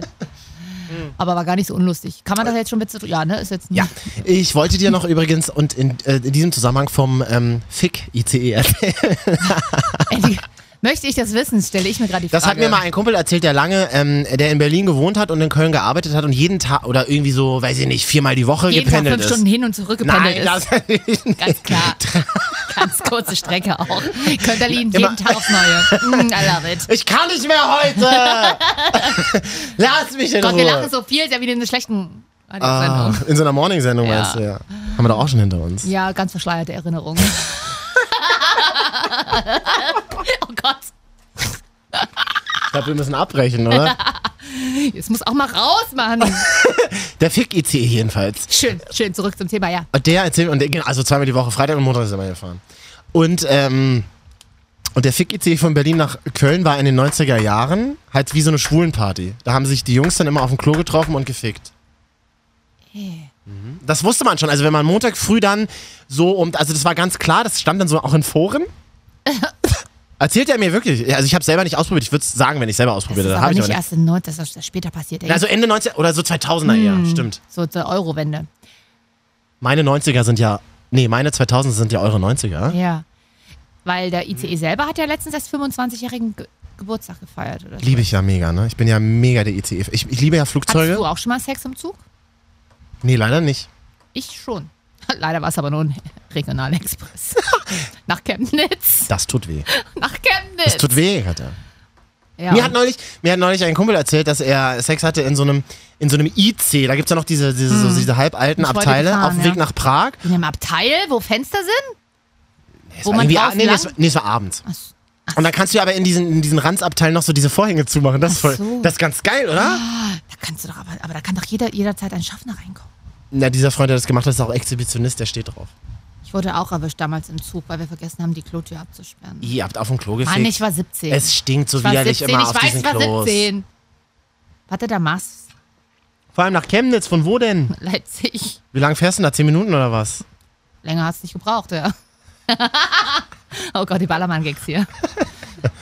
[SPEAKER 2] Aber war gar nicht so unlustig. Kann man das jetzt schon bitte. Ja, ne? Ist jetzt
[SPEAKER 1] Ja, ich wollte dir noch übrigens und in, äh, in diesem Zusammenhang vom ähm, Fick-ICE erzählen.
[SPEAKER 2] Ey, Möchte ich das wissen, stelle ich mir gerade die Frage.
[SPEAKER 1] Das hat mir mal ein Kumpel erzählt, der lange, ähm, der in Berlin gewohnt hat und in Köln gearbeitet hat und jeden Tag oder irgendwie so, weiß ich nicht, viermal die Woche
[SPEAKER 2] jeden Tag
[SPEAKER 1] gependelt
[SPEAKER 2] fünf
[SPEAKER 1] ist.
[SPEAKER 2] Stunden hin und zurück gependelt
[SPEAKER 1] Nein,
[SPEAKER 2] ist.
[SPEAKER 1] das nicht.
[SPEAKER 2] Ganz klar. Ganz kurze Strecke auch. Könterlin jeden
[SPEAKER 1] Immer-
[SPEAKER 2] Tag aufs Neue. Mm, I love it.
[SPEAKER 1] Ich kann nicht mehr heute! Lass mich in
[SPEAKER 2] Gott, wir lachen
[SPEAKER 1] Ruhe!
[SPEAKER 2] so viel, ist ja wieder in einer schlechten
[SPEAKER 1] Ah,
[SPEAKER 2] Radiosendung.
[SPEAKER 1] in so einer Morning-Sendung
[SPEAKER 2] Ja.
[SPEAKER 1] meinst du, ja. Haben wir doch auch schon hinter uns.
[SPEAKER 2] Ja, ganz verschleierte Erinnerung. oh Gott,
[SPEAKER 1] Ich glaube, wir müssen abbrechen, oder?
[SPEAKER 2] jetzt muss auch mal raus, Mann.
[SPEAKER 1] Der Fick-ICE E jedenfalls.
[SPEAKER 2] Schön, schön, zurück zum Thema, ja.
[SPEAKER 1] Und der erzählt, und der, genau, also zweimal die Woche, Freitag und Montag ist er mal gefahren. Und, ähm, und der Fick-ICE von Berlin nach Köln war in den 90er Jahren halt wie so eine Schwulenparty. Da haben sich die Jungs dann immer auf dem Klo getroffen und gefickt.
[SPEAKER 2] Äh.
[SPEAKER 1] Mhm. Das wusste man schon. Also wenn man Montag früh dann so um, also das war ganz klar, das stand dann so auch in Foren. Erzählt er mir wirklich. Ja, Also ich habe selber nicht ausprobiert. Ich würde es sagen, wenn ich selber
[SPEAKER 2] Das
[SPEAKER 1] ausprobiert
[SPEAKER 2] ist
[SPEAKER 1] habe.
[SPEAKER 2] aber
[SPEAKER 1] Hab ich
[SPEAKER 2] nicht
[SPEAKER 1] aber nicht.
[SPEAKER 2] erst in 90, das ist erst später passiert. Ey.
[SPEAKER 1] Also Ende 90er oder so 2000er
[SPEAKER 2] Hm.
[SPEAKER 1] eher, stimmt.
[SPEAKER 2] so zur Eurowende.
[SPEAKER 1] Meine 90er sind ja, nee, meine 2000er sind ja eure 90er.
[SPEAKER 2] Ja. Weil der ICE selber hat ja letztens erst 25-jährigen Ge Geburtstag gefeiert. Oder? so.
[SPEAKER 1] Liebe ich ja mega, ne? Ich bin ja mega der ICE. Ich, ich liebe ja
[SPEAKER 2] Hattest
[SPEAKER 1] Flugzeuge.
[SPEAKER 2] du auch schon mal Sex im Zug?
[SPEAKER 1] Nee, leider nicht.
[SPEAKER 2] Ich schon. Leider war es aber nur ein Regionalexpress. Nach Chemnitz.
[SPEAKER 1] Das tut weh.
[SPEAKER 2] Nach
[SPEAKER 1] Das
[SPEAKER 2] Chemnitz.
[SPEAKER 1] tut weh, Katja.
[SPEAKER 2] Ja.
[SPEAKER 1] Mir, hat neulich, mir hat neulich ein Kumpel erzählt, dass er Sex hatte in so einem, in so einem IC. Da gibt es ja noch diese, diese, so, diese halbalten
[SPEAKER 2] Hm. Ich wollte
[SPEAKER 1] Abteile
[SPEAKER 2] gefahren,
[SPEAKER 1] auf dem Weg
[SPEAKER 2] ja.
[SPEAKER 1] nach Prag.
[SPEAKER 2] In einem Abteil, wo Fenster sind?
[SPEAKER 1] Es
[SPEAKER 2] Wo
[SPEAKER 1] war
[SPEAKER 2] man
[SPEAKER 1] irgendwie- ah,
[SPEAKER 2] drauf
[SPEAKER 1] nee, nee,
[SPEAKER 2] lang-
[SPEAKER 1] es war, nee, es war abends.
[SPEAKER 2] Ach,
[SPEAKER 1] Und dann kannst du ja aber in diesen, in diesen Ranzabteilen noch so diese Vorhänge zumachen. Das ist,
[SPEAKER 2] Ach
[SPEAKER 1] voll,
[SPEAKER 2] so.
[SPEAKER 1] das ist ganz geil, oder?
[SPEAKER 2] da kannst du doch aber, aber da kann doch jeder, jederzeit ein Schaffner reinkommen.
[SPEAKER 1] Na, dieser Freund, der das gemacht hat, ist auch Exhibitionist, der steht drauf.
[SPEAKER 2] Ich wurde auch erwischt damals im Zug, weil wir vergessen haben, die Klotür abzusperren.
[SPEAKER 1] Ihr habt auf dem Klo gefickt.
[SPEAKER 2] Mann, ich war 17.
[SPEAKER 1] es stinkt so
[SPEAKER 2] ich war
[SPEAKER 1] widerlich
[SPEAKER 2] 17,
[SPEAKER 1] immer
[SPEAKER 2] ich
[SPEAKER 1] auf
[SPEAKER 2] weiß,
[SPEAKER 1] diesen
[SPEAKER 2] ich war
[SPEAKER 1] Klos.
[SPEAKER 2] 17. Warte, da machst
[SPEAKER 1] Vor allem nach Chemnitz, von wo denn?
[SPEAKER 2] Leipzig.
[SPEAKER 1] Wie lange fährst du denn da? Zehn Minuten oder was?
[SPEAKER 2] Länger hast du nicht gebraucht, ja. oh Gott, die Ballermann-Gags hier.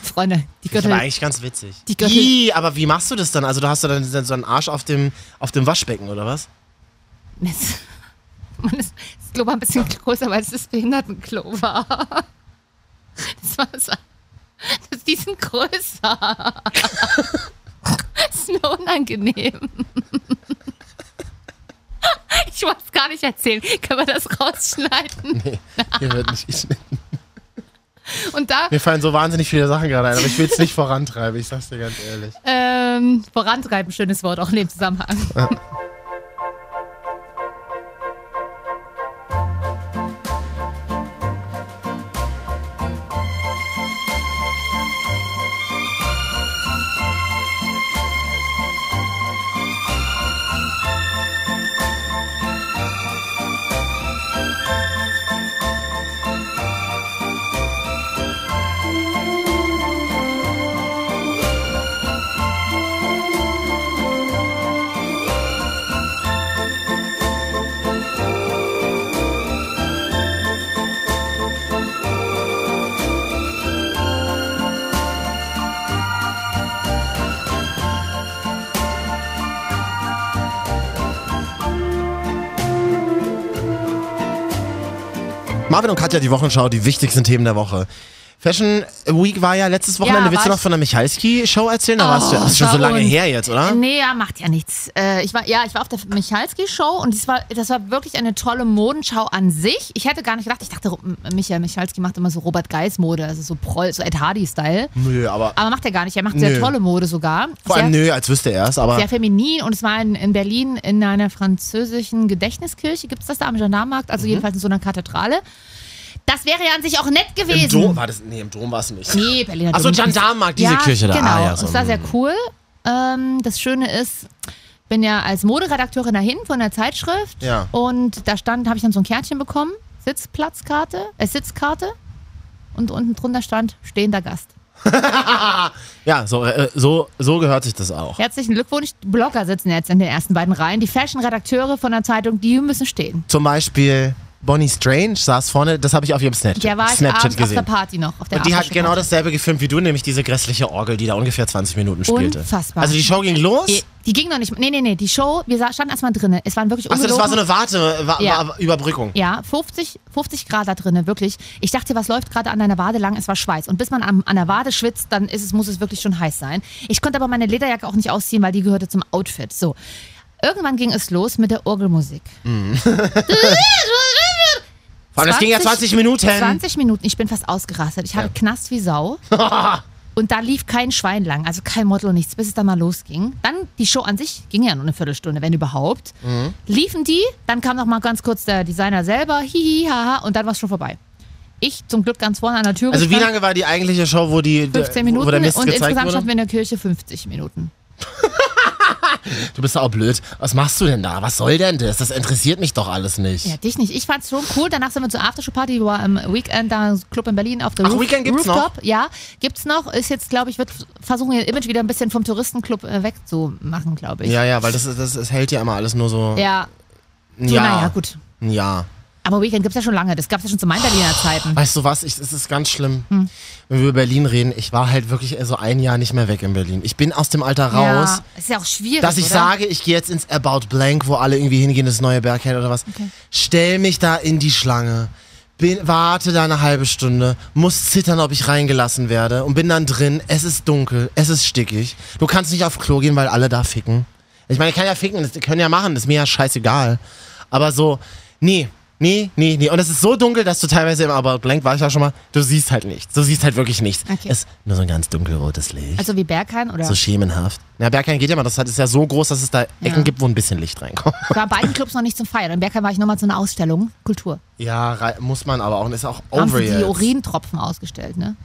[SPEAKER 2] Freunde, die
[SPEAKER 1] Das war
[SPEAKER 2] Gürtel.
[SPEAKER 1] eigentlich ganz witzig.
[SPEAKER 2] Die Gürtel-
[SPEAKER 1] Ih, aber wie machst du das dann? Also, du hast du dann so einen Arsch auf dem, auf dem Waschbecken oder was?
[SPEAKER 2] Das, Mann, das, das Klo war ein bisschen größer, weil es das Behindertenklo war. Das war so. Das, die sind größer. Das ist mir unangenehm. Ich wollte es gar nicht erzählen. Können wir das rausschneiden?
[SPEAKER 1] Hier wird nicht geschnitten.
[SPEAKER 2] Und da
[SPEAKER 1] Mir fallen so wahnsinnig viele Sachen gerade ein, aber ich will es nicht vorantreiben, ich sag's dir ganz ehrlich.
[SPEAKER 2] ähm, vorantreiben, schönes Wort auch in dem Zusammenhang.
[SPEAKER 1] Marvin und Katja, die Wochenschau, die wichtigsten Themen der Woche. Fashion Week war ja letztes Wochenende.
[SPEAKER 2] Ja,
[SPEAKER 1] Willst du
[SPEAKER 2] war
[SPEAKER 1] noch von der Michalski-Show erzählen? Da warst du
[SPEAKER 2] Oh,
[SPEAKER 1] das ist schon
[SPEAKER 2] bei
[SPEAKER 1] so lange
[SPEAKER 2] uns.
[SPEAKER 1] her jetzt, oder?
[SPEAKER 2] Nee, ja, macht ja nichts. Äh, ich war, ja, ich war auf der Michalski-Show und das war, das war wirklich eine tolle Modenschau an sich. Ich hätte gar nicht gedacht, ich dachte, M- Michael Michalski macht immer so Robert Geis-Mode, also so Proll, so Ed Hardy-Style.
[SPEAKER 1] Nö, aber.
[SPEAKER 2] Aber macht er gar nicht. Er macht sehr
[SPEAKER 1] Nö.
[SPEAKER 2] tolle Mode sogar.
[SPEAKER 1] Vor
[SPEAKER 2] sehr,
[SPEAKER 1] allem, nö, als wüsste er es, aber.
[SPEAKER 2] sehr feminin und es war in, in Berlin in einer französischen Gedächtniskirche. Gibt es das da am Gendarmenmarkt?
[SPEAKER 1] Mhm.
[SPEAKER 2] Also jedenfalls in so einer Kathedrale. Das wäre ja an sich auch nett gewesen.
[SPEAKER 1] Im Dom war das. Nee, im Dom war es nicht.
[SPEAKER 2] Nee, Berliner
[SPEAKER 1] Ach so,
[SPEAKER 2] Dom-
[SPEAKER 1] Gendarmenmarkt, diese Kirche da.
[SPEAKER 2] Genau,
[SPEAKER 1] Ah, ja,
[SPEAKER 2] Und
[SPEAKER 1] so.
[SPEAKER 2] es war sehr cool. Ähm, das Schöne ist, bin ja als Moderedakteurin dahin von der Zeitschrift
[SPEAKER 1] Ja.
[SPEAKER 2] und da stand, habe ich dann so ein Kärtchen bekommen, Sitzplatzkarte, äh, Sitzkarte und unten drunter stand stehender Gast.
[SPEAKER 1] Ja, so, äh, so, so gehört sich das auch.
[SPEAKER 2] Herzlichen Glückwunsch. Die Blogger sitzen jetzt in den ersten beiden Reihen. Die Fashion-Redakteure von der Zeitung, die müssen stehen.
[SPEAKER 1] Zum Beispiel Bonnie Strange saß vorne, das habe ich auf ihrem Snapchat,
[SPEAKER 2] Der war ich
[SPEAKER 1] Snapchat
[SPEAKER 2] abends auf der
[SPEAKER 1] gesehen.
[SPEAKER 2] Party noch. Auf der
[SPEAKER 1] Und die hat
[SPEAKER 2] Aftershow-Party.
[SPEAKER 1] genau dasselbe gefilmt wie du, nämlich diese grässliche Orgel, die da ungefähr 20 Minuten spielte.
[SPEAKER 2] Unfassbar.
[SPEAKER 1] Also die Show ging los.
[SPEAKER 2] Die, die ging noch nicht. Nee, nee, nee. Die Show, wir sa- standen erstmal drinnen. Es waren wirklich
[SPEAKER 1] Achso, das war so
[SPEAKER 2] ungelogen-
[SPEAKER 1] eine Warte, war,
[SPEAKER 2] Ja.
[SPEAKER 1] war Überbrückung.
[SPEAKER 2] Ja, 50, 50 Grad da drinnen, wirklich. Ich dachte, was läuft gerade an deiner Wade lang? Es war Schweiß. Und bis man am, an der Wade schwitzt, dann ist es, muss es wirklich schon heiß sein. Ich konnte aber meine Lederjacke auch nicht ausziehen, weil die gehörte zum Outfit. So. Irgendwann ging es los mit der Orgelmusik.
[SPEAKER 1] Vor allem, das ging ja 20 Minuten.
[SPEAKER 2] 20 Minuten, ich bin fast ausgerastet. Ich hatte Knast wie Sau. Und da lief kein Schwein lang, also kein Model und nichts, bis es dann mal losging. Dann die Show an sich ging ja nur eine Viertelstunde, wenn überhaupt.
[SPEAKER 1] Mhm.
[SPEAKER 2] Liefen die, dann kam noch mal ganz kurz der Designer selber, hihi, haha, und dann war es schon vorbei. Ich zum Glück ganz vorne an der Tür.
[SPEAKER 1] Also wie
[SPEAKER 2] gestanden,
[SPEAKER 1] lange war die eigentliche Show, wo die äh,
[SPEAKER 2] 15
[SPEAKER 1] wo-
[SPEAKER 2] Minuten
[SPEAKER 1] wo der
[SPEAKER 2] und
[SPEAKER 1] Mist gezeigt
[SPEAKER 2] insgesamt standen
[SPEAKER 1] wurde?
[SPEAKER 2] wir in der Kirche 50 Minuten.
[SPEAKER 1] Du bist doch auch blöd. Was machst du denn da? Was soll denn das? Das interessiert mich doch alles nicht.
[SPEAKER 2] Ja, dich nicht. Ich fand's schon cool. Danach sind wir zur Aftershow-Party. Die war am Weekend da im Club in Berlin auf der
[SPEAKER 1] Ach, Weekend gibt's noch?
[SPEAKER 2] Rooftop. Ja, gibt's noch. Ist jetzt, glaube ich, wird versuchen, ihr Image wieder ein bisschen vom Touristenclub äh, wegzumachen, glaube ich.
[SPEAKER 1] ja, ja, weil das, ist- das, das hält ja immer alles nur so.
[SPEAKER 2] Ja. So,
[SPEAKER 1] Ja.
[SPEAKER 2] Naja, gut.
[SPEAKER 1] Ja.
[SPEAKER 2] Aber Weekend gibt's ja schon lange. Das gab's ja schon zu meinen Berliner Zeiten.
[SPEAKER 1] Weißt du was? Ich, es ist ganz schlimm, wenn wir über Berlin reden. Ich war halt wirklich so ein Jahr nicht mehr weg in Berlin. Ich bin aus dem Alter raus.
[SPEAKER 2] Ja, ist ja auch schwierig.
[SPEAKER 1] dass ich
[SPEAKER 2] oder?
[SPEAKER 1] sage, ich gehe jetzt ins About Blank, wo alle irgendwie hingehen, das neue Berghead oder was. Stell mich da in die Schlange. Bin, warte da eine halbe Stunde, muss zittern, ob ich reingelassen werde und bin dann drin. Es ist dunkel, es ist stickig. Du kannst nicht auf Klo gehen, weil alle da ficken. Ich meine, ich kann ja ficken, das die können ja machen, das ist mir ja scheißegal. Aber so, nee, nee, nee, nee. Und es ist so dunkel, dass du teilweise im About Blank, war ich ja schon mal, du siehst halt nichts. Du siehst halt wirklich nichts.
[SPEAKER 2] Okay.
[SPEAKER 1] Es ist nur so ein ganz dunkelrotes Licht.
[SPEAKER 2] Also wie Berghain oder
[SPEAKER 1] So schemenhaft. Na, Berghain geht ja mal. Das hat- ist ja so groß, dass es da Ecken
[SPEAKER 2] Ja.
[SPEAKER 1] gibt, wo ein bisschen Licht reinkommt.
[SPEAKER 2] war beiden Clubs noch nicht zum Feiern. In Berghain war ich nochmal zu einer Ausstellung, Kultur.
[SPEAKER 1] Ja, rei- muss man aber auch. Und ist auch
[SPEAKER 2] Haben
[SPEAKER 1] over
[SPEAKER 2] sie die
[SPEAKER 1] jetzt.
[SPEAKER 2] Urintropfen ausgestellt, ne?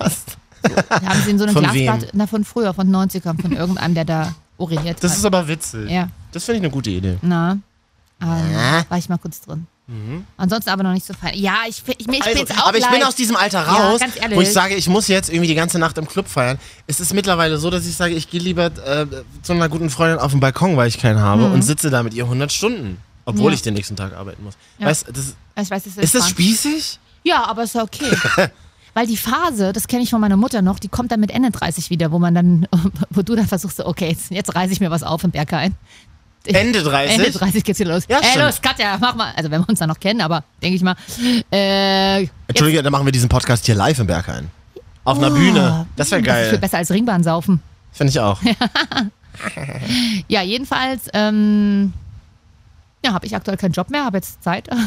[SPEAKER 2] Was? So, haben sie in so einem
[SPEAKER 1] Von
[SPEAKER 2] Glasblatt,
[SPEAKER 1] wem?
[SPEAKER 2] na von früher, von 90ern, von irgendeinem, der da uriniert
[SPEAKER 1] Das
[SPEAKER 2] hat.
[SPEAKER 1] ist aber witzig.
[SPEAKER 2] Ja.
[SPEAKER 1] Das finde ich eine gute Idee.
[SPEAKER 2] Na, ähm,
[SPEAKER 1] Ja.
[SPEAKER 2] war ich mal kurz drin. Ansonsten aber noch nicht so fein. Ja, ich, fi- ich, mir- ich
[SPEAKER 1] Mhm. Also,
[SPEAKER 2] bin jetzt auch
[SPEAKER 1] aber ich bin
[SPEAKER 2] leid.
[SPEAKER 1] aus diesem Alter
[SPEAKER 2] Ja,
[SPEAKER 1] raus,
[SPEAKER 2] ganz ehrlich.
[SPEAKER 1] wo ich sage, ich muss jetzt irgendwie die ganze Nacht im Club feiern. Es ist mittlerweile so, dass ich sage, ich gehe lieber äh, zu einer guten Freundin auf den Balkon, weil ich keinen habe, und sitze da mit ihr 100 Stunden. Obwohl
[SPEAKER 2] Mhm. Ja.
[SPEAKER 1] ich den nächsten Tag arbeiten muss.
[SPEAKER 2] Ja.
[SPEAKER 1] Weißt, das,
[SPEAKER 2] Ich weiß, das ist,
[SPEAKER 1] ist das
[SPEAKER 2] Spaß.
[SPEAKER 1] spießig?
[SPEAKER 2] Ja, aber ist ja okay. Weil die Phase, das kenne ich von meiner Mutter noch, die kommt dann mit Ende 30 wieder, wo man dann, wo du dann versuchst, so, okay, jetzt, jetzt reiße ich mir was auf im Berghain.
[SPEAKER 1] Ende 30?
[SPEAKER 2] Ende 30 geht's wieder los.
[SPEAKER 1] Ja,
[SPEAKER 2] Ey,
[SPEAKER 1] stimmt.
[SPEAKER 2] los, Katja, mach mal. Also, wenn wir uns dann noch kennen, aber denke ich mal. Äh, jetzt-
[SPEAKER 1] Entschuldige, dann machen wir diesen Podcast hier live im Berghain. Auf einer
[SPEAKER 2] Oh,
[SPEAKER 1] Bühne. Das wäre
[SPEAKER 2] Das ist viel
[SPEAKER 1] geil.
[SPEAKER 2] besser als Ringbahn saufen.
[SPEAKER 1] Finde ich auch.
[SPEAKER 2] Ja, jedenfalls, ähm, ja, habe ich aktuell keinen Job mehr, habe jetzt Zeit.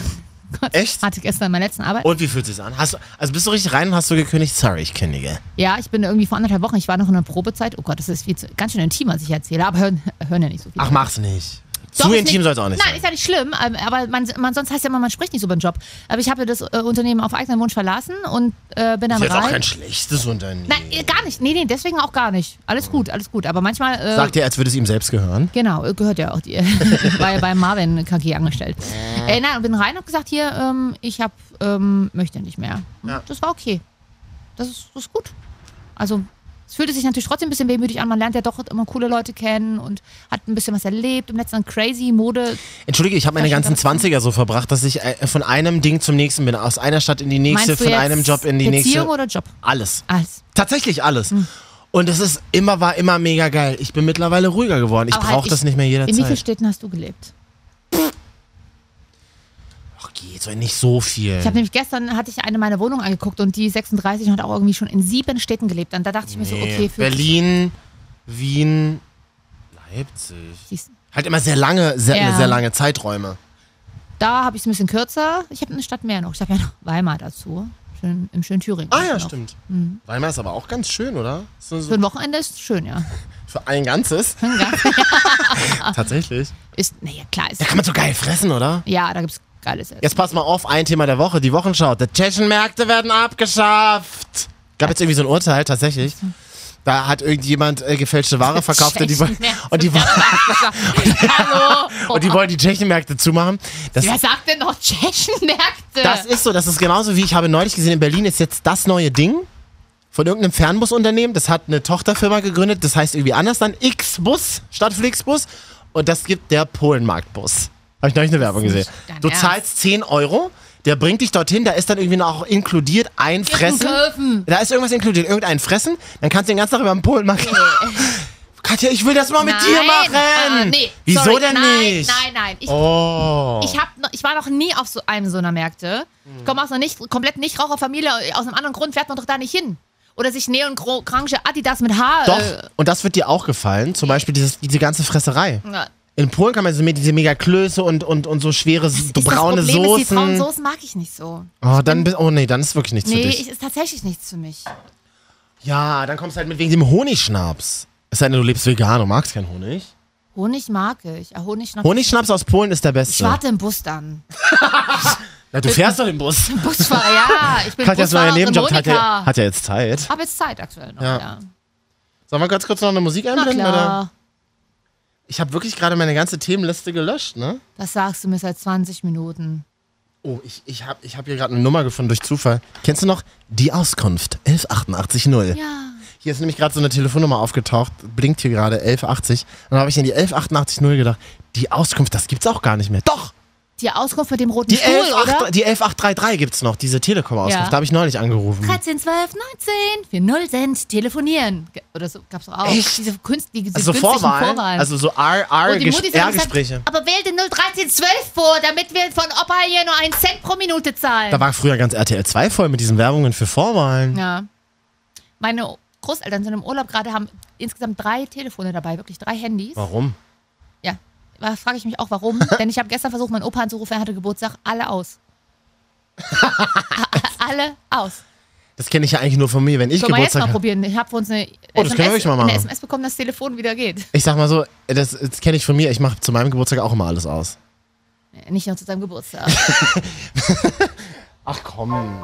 [SPEAKER 2] Gott,
[SPEAKER 1] Echt?
[SPEAKER 2] Hatte gestern meine letzten Arbeit.
[SPEAKER 1] Und wie fühlt sich's an? Hast du, also bist du richtig rein und hast du gekündigt? Sorry, ich kündige.
[SPEAKER 2] Ja, ich bin irgendwie vor anderthalb Wochen, ich war noch in der Probezeit. Oh Gott, das ist viel zu, ganz schön intim, was ich erzähle, aber hören, äh, hören ja nicht so viele.
[SPEAKER 1] Ach, mach's nicht.
[SPEAKER 2] Doch,
[SPEAKER 1] Zu
[SPEAKER 2] ist
[SPEAKER 1] intim soll's auch nicht
[SPEAKER 2] Nein,
[SPEAKER 1] sein.
[SPEAKER 2] ist ja nicht schlimm, ähm, aber man, man, sonst heißt ja immer, man spricht nicht so über den Job. Aber ich habe das äh, Unternehmen auf eigenen Wunsch verlassen und äh, bin dann
[SPEAKER 1] ist jetzt auch
[SPEAKER 2] rein.
[SPEAKER 1] kein schlechtes Unternehmen.
[SPEAKER 2] Nein, äh, gar nicht. Nee, nee, deswegen auch gar nicht. Alles gut, alles gut. Aber manchmal. Äh,
[SPEAKER 1] Sagt er, als würde es ihm selbst gehören.
[SPEAKER 2] Genau, äh, gehört ja auch die. war ja bei Marvin KG angestellt. Äh, nein, und bin rein und hab gesagt, hier, ähm, ich hab, ähm, möchte nicht mehr. Und
[SPEAKER 1] Ja.
[SPEAKER 2] Das war okay. Das ist, das ist gut. Also, es fühlte sich natürlich trotzdem ein bisschen wehmütig an. Man lernt ja doch immer coole Leute kennen und hat ein bisschen was erlebt. Im letzten Jahr crazy Mode.
[SPEAKER 1] Entschuldige, ich habe meine
[SPEAKER 2] Kann ich
[SPEAKER 1] ganzen
[SPEAKER 2] dazu?
[SPEAKER 1] 20er so verbracht, dass ich äh, von einem Ding zum nächsten bin. Aus einer Stadt in die nächste,
[SPEAKER 2] Meinst du
[SPEAKER 1] von
[SPEAKER 2] jetzt
[SPEAKER 1] einem Job in die
[SPEAKER 2] Beziehung
[SPEAKER 1] nächste.
[SPEAKER 2] Beziehung oder Hm. Job?
[SPEAKER 1] Alles.
[SPEAKER 2] Alles.
[SPEAKER 1] Tatsächlich alles. Und es ist immer, war immer mega geil. Ich bin mittlerweile ruhiger geworden. Ich
[SPEAKER 2] Aber
[SPEAKER 1] brauche
[SPEAKER 2] halt, ich-
[SPEAKER 1] das nicht mehr
[SPEAKER 2] In wie vielen
[SPEAKER 1] jederzeit.
[SPEAKER 2] Städten hast du gelebt?
[SPEAKER 1] Ach, geht so nicht so viel.
[SPEAKER 2] Ich habe nämlich gestern hatte ich eine meiner Wohnungen angeguckt und die 36 hat auch irgendwie schon in sieben Städten gelebt. Und da dachte ich mir so,
[SPEAKER 1] Nee.
[SPEAKER 2] okay, für
[SPEAKER 1] Berlin, Wien, Leipzig.
[SPEAKER 2] Siehst-
[SPEAKER 1] Halt immer sehr lange, sehr,
[SPEAKER 2] Ja.
[SPEAKER 1] sehr lange Zeiträume.
[SPEAKER 2] Da habe ich es ein bisschen kürzer. Ich habe eine Stadt mehr noch. Ich habe ja noch Weimar dazu. Schön, Im schönen Thüringen.
[SPEAKER 1] Ah ja,
[SPEAKER 2] noch.
[SPEAKER 1] stimmt. Weimar ist aber auch ganz schön, oder? So,
[SPEAKER 2] Für
[SPEAKER 1] so
[SPEAKER 2] ein Wochenende ist es schön, ja.
[SPEAKER 1] für ein ganzes. Tatsächlich.
[SPEAKER 2] Ist, naja, klar ist.
[SPEAKER 1] Da kann man so geil fressen, oder?
[SPEAKER 2] Ja, da gibt es geiles Essen.
[SPEAKER 1] Jetzt pass mal auf, ein Thema der Woche, die Wochenschau. Die Tschechenmärkte werden abgeschafft. Gab jetzt irgendwie so ein Urteil, tatsächlich. Da hat irgendjemand äh, gefälschte Ware verkauft und die, woll- und, die, woll-
[SPEAKER 2] Hallo.
[SPEAKER 1] und die wollen die Tschechenmärkte zumachen. Das,
[SPEAKER 2] Wer sagt denn noch Tschechenmärkte?
[SPEAKER 1] das ist so, das ist genauso wie ich habe neulich gesehen, in Berlin ist jetzt das neue Ding. von irgendeinem Fernbusunternehmen. Das hat eine Tochterfirma gegründet, das heißt irgendwie anders dann X-Bus statt Flixbus. Und das gibt der Polenmarktbus. Habe ich neulich eine Werbung
[SPEAKER 2] ist
[SPEAKER 1] gesehen.
[SPEAKER 2] nicht dein
[SPEAKER 1] Du
[SPEAKER 2] Ernst.
[SPEAKER 1] zahlst 10 Euro, der bringt dich dorthin, da ist dann irgendwie noch inkludiert ein Fressen.
[SPEAKER 2] Kirchen.
[SPEAKER 1] Da ist irgendwas inkludiert, irgendein Fressen, dann kannst du den ganzen Tag über den Polenmarkt. Katja, ich will das mal mit dir machen.
[SPEAKER 2] Ah, nee,
[SPEAKER 1] Wieso
[SPEAKER 2] sorry.
[SPEAKER 1] denn
[SPEAKER 2] nein,
[SPEAKER 1] nicht?
[SPEAKER 2] Nein, nein, ich,
[SPEAKER 1] Oh.
[SPEAKER 2] ich, hab noch, ich war noch nie auf so einem so einer Märkte. Ich komme aus einer nicht, komplett Nichtraucherfamilie. Aus einem anderen Grund fährt man doch da nicht hin. Oder sich neonorange Adidas mit Haar...
[SPEAKER 1] Doch,
[SPEAKER 2] Äh,
[SPEAKER 1] und das wird dir auch gefallen. Zum Beispiel dieses, diese ganze Fresserei.
[SPEAKER 2] na,
[SPEAKER 1] In Polen kann man so mit diese mega Klöße und, und, und so schwere
[SPEAKER 2] ist
[SPEAKER 1] so braune
[SPEAKER 2] das Problem
[SPEAKER 1] Soßen.
[SPEAKER 2] Ist, die braunen Soßen mag ich nicht so.
[SPEAKER 1] oh, dann bist, oh nee, dann ist wirklich nichts für
[SPEAKER 2] Nee,
[SPEAKER 1] dich.
[SPEAKER 2] ich, ist tatsächlich nichts für mich.
[SPEAKER 1] ja, dann kommst du halt mit wegen dem Honigschnaps. Es sei denn, du lebst vegan und magst keinen Honig.
[SPEAKER 2] Honig mag ich. Ah, Honig noch.
[SPEAKER 1] Honigschnaps aus Polen ist der
[SPEAKER 2] Ich
[SPEAKER 1] beste.
[SPEAKER 2] warte im Bus dann.
[SPEAKER 1] Na, du fährst doch den Bus.
[SPEAKER 2] Busfahrer, ja. Ich bin
[SPEAKER 1] Katja's neuer
[SPEAKER 2] Busfahrerin
[SPEAKER 1] Nebenjob hat ja,
[SPEAKER 2] Monika.
[SPEAKER 1] hat ja jetzt Zeit.
[SPEAKER 2] Hab jetzt Zeit aktuell noch,
[SPEAKER 1] Ja.
[SPEAKER 2] ja.
[SPEAKER 1] Sollen wir ganz kurz noch eine Musik
[SPEAKER 2] Na
[SPEAKER 1] einblenden? Oder?
[SPEAKER 2] klar.
[SPEAKER 1] Ich habe wirklich gerade meine ganze Themenliste gelöscht, ne?
[SPEAKER 2] Das sagst du mir seit 20 Minuten.
[SPEAKER 1] Oh, ich, ich habe ich hab hier gerade eine Nummer gefunden durch Zufall. Kennst du noch? Die Auskunft 11880.
[SPEAKER 2] Ja.
[SPEAKER 1] Hier ist nämlich gerade so eine Telefonnummer aufgetaucht, blinkt hier gerade 1180. Und dann habe ich in die 11880 gedacht, die Auskunft, das gibt's auch gar nicht mehr. Doch,
[SPEAKER 2] Die Auskunft mit dem roten
[SPEAKER 1] die,
[SPEAKER 2] Stuhl,
[SPEAKER 1] 11,
[SPEAKER 2] oder?
[SPEAKER 1] die 11833 gibt's noch, diese Telekom-Auskunft.
[SPEAKER 2] Ja.
[SPEAKER 1] Da habe ich neulich angerufen.
[SPEAKER 2] 13, 12, 19, für 0 Cent telefonieren. Ge- Oder so gab's doch auch.
[SPEAKER 1] Echt?
[SPEAKER 2] Diese, Kunst, diese
[SPEAKER 1] also
[SPEAKER 2] günstigen
[SPEAKER 1] Vorwahl,
[SPEAKER 2] Vorwahlen.
[SPEAKER 1] also so
[SPEAKER 2] Und Oh, die Mutti sagen,
[SPEAKER 1] R-Gespräche.
[SPEAKER 2] aber wähl den 01312 vor, damit wir von Opa hier nur einen Cent pro Minute zahlen.
[SPEAKER 1] Da war früher ganz RTL 2 voll mit diesen Werbungen für Vorwahlen.
[SPEAKER 2] Ja. Meine Großeltern sind im Urlaub gerade, haben insgesamt drei Telefone dabei, wirklich drei Handys.
[SPEAKER 1] Warum?
[SPEAKER 2] Ja. Da frage ich mich auch, warum. Denn ich habe gestern versucht, meinen Opa anzurufen, er hatte Geburtstag, alle aus. alle aus.
[SPEAKER 1] Das kenne ich ja eigentlich nur von mir, wenn ich
[SPEAKER 2] Können wir jetzt
[SPEAKER 1] Geburtstag
[SPEAKER 2] mal
[SPEAKER 1] habe.
[SPEAKER 2] probieren. Ich habe für uns eine,
[SPEAKER 1] Oh, das können wir wirklich
[SPEAKER 2] SMS,
[SPEAKER 1] mal machen.
[SPEAKER 2] eine SMS bekommen, dass das Telefon wieder geht.
[SPEAKER 1] Ich sag mal so, das, das kenne ich von mir. Ich mache zu meinem Geburtstag auch immer alles aus.
[SPEAKER 2] Äh, Nicht nur zu seinem Geburtstag.
[SPEAKER 1] Ach komm.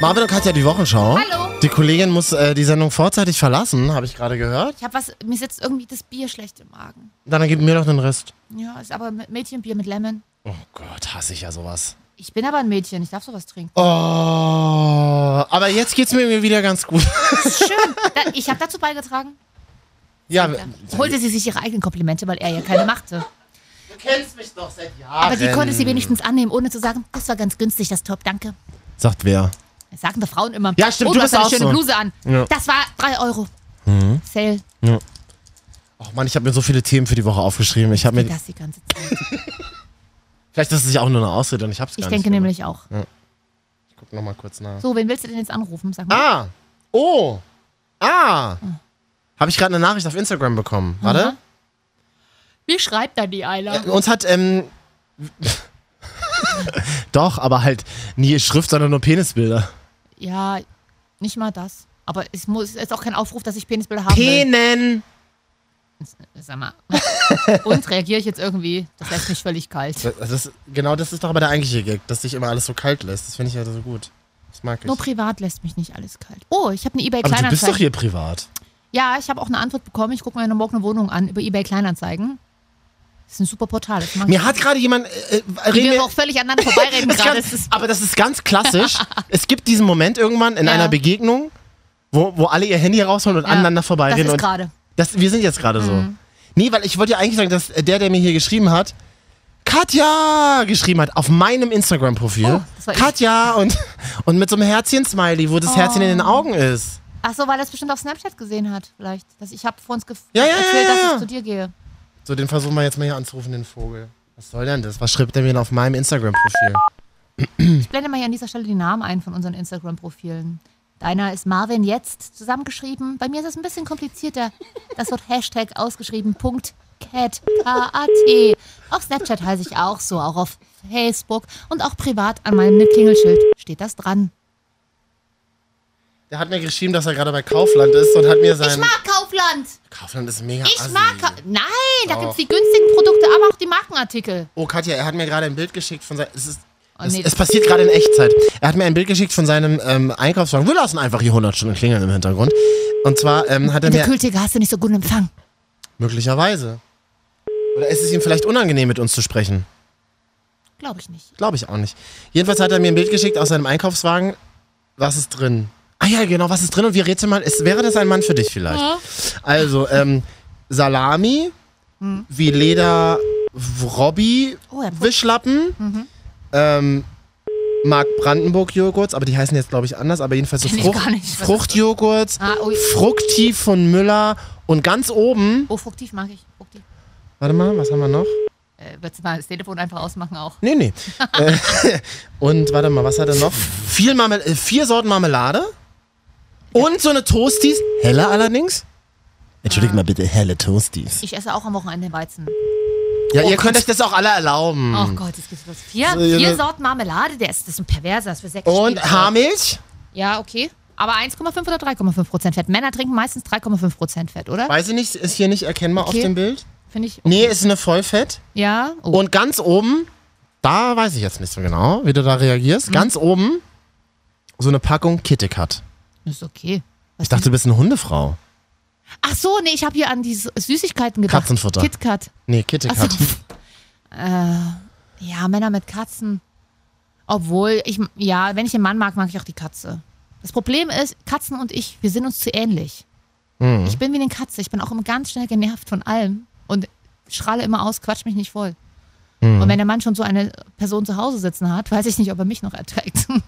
[SPEAKER 1] Marvin und Katja, die Wochenschau.
[SPEAKER 2] Hallo.
[SPEAKER 1] Die Kollegin muss äh, die Sendung vorzeitig verlassen, habe ich gerade gehört.
[SPEAKER 2] Ich habe was, mir sitzt irgendwie das Bier schlecht im Magen.
[SPEAKER 1] Dann gib mir doch den Rest.
[SPEAKER 2] Ja, ist aber mit Mädchenbier mit Lemon.
[SPEAKER 1] Oh Gott, hasse ich ja sowas.
[SPEAKER 2] Ich bin aber ein Mädchen, ich darf sowas trinken.
[SPEAKER 1] Oh, aber jetzt geht's mir irgendwie wieder ganz gut.
[SPEAKER 2] Schön. Da, ich habe dazu beigetragen.
[SPEAKER 1] ja,
[SPEAKER 2] Holte sie sich ihre eigenen Komplimente, weil er ja keine machte.
[SPEAKER 1] du kennst mich doch seit Jahren.
[SPEAKER 2] Aber die konnte sie wenigstens annehmen, ohne zu sagen, das war ganz günstig, das Top, danke.
[SPEAKER 1] Sagt wer?
[SPEAKER 2] Das sagen doch Frauen immer.
[SPEAKER 1] Ja, stimmt,
[SPEAKER 2] oh,
[SPEAKER 1] du
[SPEAKER 2] hast
[SPEAKER 1] bist
[SPEAKER 2] eine
[SPEAKER 1] auch
[SPEAKER 2] schöne
[SPEAKER 1] so.
[SPEAKER 2] Bluse an.
[SPEAKER 1] Ja. Mhm.
[SPEAKER 2] Das war 3 Euro. Sale.
[SPEAKER 1] Oh Mann, ich habe mir so viele Themen für die Woche aufgeschrieben. Ich habe mir
[SPEAKER 2] Das die ganze Zeit.
[SPEAKER 1] vielleicht ist es ja auch nur eine Ausrede und ich hab's
[SPEAKER 2] Ich
[SPEAKER 1] gar
[SPEAKER 2] denke
[SPEAKER 1] nicht.
[SPEAKER 2] nämlich auch.
[SPEAKER 1] Ich guck noch mal kurz nach.
[SPEAKER 2] So, wen willst du denn jetzt anrufen? Sag mal.
[SPEAKER 1] Ah. Oh. Ah.
[SPEAKER 2] Hm.
[SPEAKER 1] Habe ich gerade eine Nachricht auf Instagram bekommen. Warte.
[SPEAKER 2] Wie schreibt da die Eila?
[SPEAKER 1] Uns hat, ähm. Doch, aber halt nie Schrift, sondern nur Penisbilder.
[SPEAKER 2] Ja, nicht mal das. Aber es muss, ist auch kein Aufruf, dass ich Penisbilder haben will.
[SPEAKER 1] Penen!
[SPEAKER 2] Sag mal. Und reagiere ich jetzt irgendwie? Das lässt mich völlig kalt.
[SPEAKER 1] Das, das, genau das ist doch aber der eigentliche Gag, dass dich immer alles so kalt lässt. Das finde ich ja so gut. Das mag ich.
[SPEAKER 2] Nur privat lässt mich nicht alles kalt. Oh, ich habe eine eBay
[SPEAKER 1] aber du bist
[SPEAKER 2] Kleinanzeige.
[SPEAKER 1] doch hier privat.
[SPEAKER 2] Ja, ich habe auch eine Antwort bekommen. Ich gucke mir morgen eine Wohnung an über eBay Kleinanzeigen. Das ist ein super Portal. Das mache ich.
[SPEAKER 1] Mir hat gerade jemand. Äh, äh,
[SPEAKER 2] Die
[SPEAKER 1] reden
[SPEAKER 2] wir
[SPEAKER 1] wir,
[SPEAKER 2] auch völlig aneinander vorbeireden
[SPEAKER 1] das
[SPEAKER 2] gerade.
[SPEAKER 1] ganz,
[SPEAKER 2] Das ist
[SPEAKER 1] aber das ist ganz klassisch. es gibt diesen Moment irgendwann in
[SPEAKER 2] Ja.
[SPEAKER 1] einer Begegnung, wo, wo alle ihr Handy rausholen und aneinander vorbeireden.
[SPEAKER 2] Das ist
[SPEAKER 1] und
[SPEAKER 2] gerade.
[SPEAKER 1] Das, wir sind jetzt gerade so.
[SPEAKER 2] Mhm.
[SPEAKER 1] Nee, weil ich wollte ja eigentlich sagen, dass äh, der, der mir hier geschrieben hat, Katja geschrieben hat auf meinem Instagram-Profil.
[SPEAKER 2] Oh, das war ich.
[SPEAKER 1] Katja und, und mit so einem Herzchen-Smiley, wo das Herzchen in den
[SPEAKER 2] Oh.
[SPEAKER 1] Augen ist.
[SPEAKER 2] Ach so, weil er es bestimmt auf Snapchat gesehen hat, vielleicht. Dass ich habe vor uns ge
[SPEAKER 1] Ja, ja,
[SPEAKER 2] erzählt,
[SPEAKER 1] ja, ja,
[SPEAKER 2] dass
[SPEAKER 1] ja.
[SPEAKER 2] ich zu dir gehe.
[SPEAKER 1] So, den versuchen wir jetzt mal hier anzurufen, den Vogel. Was soll denn das? Was schreibt er mir denn auf meinem Instagram-Profil?
[SPEAKER 2] Ich blende mal hier an dieser Stelle die Namen ein von unseren Instagram-Profilen. Deiner ist Marvin jetzt zusammengeschrieben. Bei mir ist es ein bisschen komplizierter. Das wird Hashtag ausgeschrieben. Punkt Cat, K-A-T. Auf Snapchat heiße ich auch so, auch auf Facebook und auch privat an meinem Klingelschild steht das dran.
[SPEAKER 1] Der hat mir geschrieben, dass er gerade bei Kaufland ist und hat mir
[SPEAKER 2] ich
[SPEAKER 1] sein.
[SPEAKER 2] mag Kaufland!
[SPEAKER 1] Kaufland ist mega
[SPEAKER 2] Ich
[SPEAKER 1] assi. Oh.
[SPEAKER 2] mag Ka Nein, da
[SPEAKER 1] Doch.
[SPEAKER 2] gibt es die günstigen Produkte, aber auch die Markenartikel.
[SPEAKER 1] Oh, Katja, er hat mir gerade ein Bild geschickt von seinem. Es, ist,
[SPEAKER 2] Oh,
[SPEAKER 1] es,
[SPEAKER 2] nee.
[SPEAKER 1] es passiert gerade in Echtzeit. Er hat mir ein Bild geschickt von seinem ähm, Einkaufswagen. Wir lassen einfach hier 100 Stunden klingeln im Hintergrund. Und zwar ähm, hat er
[SPEAKER 2] In der
[SPEAKER 1] mir.
[SPEAKER 2] Kühltheke hast du nicht so guten Empfang.
[SPEAKER 1] Möglicherweise. Oder ist es ihm vielleicht unangenehm, mit uns zu sprechen?
[SPEAKER 2] Glaube ich nicht.
[SPEAKER 1] Glaube ich auch nicht. Jedenfalls hat er mir ein Bild geschickt aus seinem Einkaufswagen. Was ist drin? Ah ja, genau, was ist drin? Und wir rätseln mal, es, wäre das ein Mann für dich vielleicht?
[SPEAKER 2] Ja.
[SPEAKER 1] Also, ähm, Salami, wie Leder, Robby,
[SPEAKER 2] Oh, er putzt.
[SPEAKER 1] Wischlappen, ähm, Mark Brandenburg-Joghurts, aber die heißen jetzt, glaube ich, anders, aber jedenfalls so
[SPEAKER 2] Kenn ich
[SPEAKER 1] Frucht,
[SPEAKER 2] gar nicht. Was ist das?
[SPEAKER 1] Fruchtjoghurts,
[SPEAKER 2] Ah, ui.
[SPEAKER 1] Fructi von Müller und ganz oben,
[SPEAKER 2] Oh, Fruktiv mag ich. Fruktiv.
[SPEAKER 1] warte mal, was haben wir noch?
[SPEAKER 2] Äh, willst du mal das Telefon einfach ausmachen auch?
[SPEAKER 1] Nee, nee. Äh, und warte mal, was hat er noch? Vier, Marmel äh, vier Sorten Marmelade und so eine Toasties. Helle allerdings.
[SPEAKER 2] Ah.
[SPEAKER 1] Entschuldigt mal bitte, helle Toasties.
[SPEAKER 2] Ich esse auch am Wochenende Weizen.
[SPEAKER 1] Ja,
[SPEAKER 2] Oh
[SPEAKER 1] ihr
[SPEAKER 2] Gott.
[SPEAKER 1] könnt euch das auch alle erlauben.
[SPEAKER 2] Oh Gott, jetzt gibt's was. Vier,
[SPEAKER 1] Hm. So, ihr
[SPEAKER 2] vier
[SPEAKER 1] ne-
[SPEAKER 2] Sorten Marmelade, der ist, das ist ein Perverser, das ist für sechs
[SPEAKER 1] Und
[SPEAKER 2] Spielzeug.
[SPEAKER 1] Haarmilch?
[SPEAKER 2] Ja, okay. Aber 1,5 oder 3,5 Prozent Fett. Männer trinken meistens 3,5 Prozent Fett, oder?
[SPEAKER 1] Weiß ich nicht, ist hier nicht erkennbar
[SPEAKER 2] Okay.
[SPEAKER 1] auf dem Bild.
[SPEAKER 2] Finde ich.
[SPEAKER 1] Nee, ist eine Vollfett.
[SPEAKER 2] Ja. Oh.
[SPEAKER 1] Und ganz oben, da weiß ich jetzt nicht so genau, wie du da
[SPEAKER 2] Mhm.
[SPEAKER 1] reagierst. Ganz oben so eine Packung Kittekat.
[SPEAKER 2] Ist okay.
[SPEAKER 1] Ich dachte, du bist eine Hundefrau.
[SPEAKER 2] Ach so, nee, ich habe hier an die S- Süßigkeiten gedacht.
[SPEAKER 1] Katzenfutter.
[SPEAKER 2] KitKat.
[SPEAKER 1] Nee, Kittekat.
[SPEAKER 2] Ach so. Ja, Männer mit Katzen. Obwohl, ich, ja, wenn ich einen Mann mag, mag ich auch die Katze. Das Problem ist, Katzen und ich, wir sind uns zu ähnlich. Ich bin wie eine Katze. Ich bin auch immer ganz schnell genervt von allem und schralle immer aus, quatsch mich nicht voll. Und wenn der Mann schon so eine Person zu Hause sitzen hat, weiß ich nicht, ob er mich noch erträgt.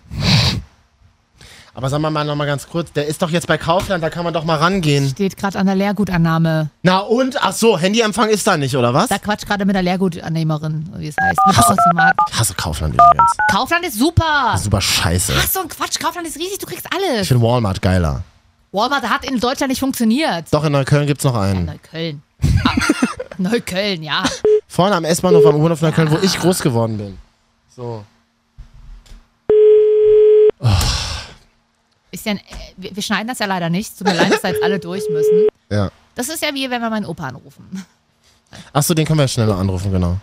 [SPEAKER 1] Aber sagen wir mal nochmal ganz kurz, der ist doch jetzt bei Kaufland, da kann man doch mal rangehen.
[SPEAKER 2] Steht gerade an der Lehrgutannahme.
[SPEAKER 1] Na und? Ach so, Handyempfang ist da nicht, oder was?
[SPEAKER 2] Da quatscht gerade mit der Lehrgutannehmerin, oder wie es heißt. Mit dem Automaten.
[SPEAKER 1] Ich hasse Kaufland übrigens.
[SPEAKER 2] Kaufland ist super.
[SPEAKER 1] Super scheiße.
[SPEAKER 2] Ach so ein Quatsch, Kaufland ist riesig, du kriegst
[SPEAKER 1] Ich
[SPEAKER 2] alles.
[SPEAKER 1] finde Walmart geiler.
[SPEAKER 2] Walmart hat in Deutschland nicht funktioniert.
[SPEAKER 1] Doch, in Neukölln gibt's noch einen.
[SPEAKER 2] Neukölln. Ah, Neukölln, ja.
[SPEAKER 1] Vorne am S-Bahnhof am U-Bahnhof Neukölln, wo ich groß geworden bin. So.
[SPEAKER 2] Ist ja ein, äh, wir wir schneiden das ja leider nicht. Tut mir leid, dass da jetzt alle durch müssen.
[SPEAKER 1] Ja.
[SPEAKER 2] Das ist ja wie, wenn wir meinen Opa anrufen.
[SPEAKER 1] Achso, den können wir schneller anrufen, genau.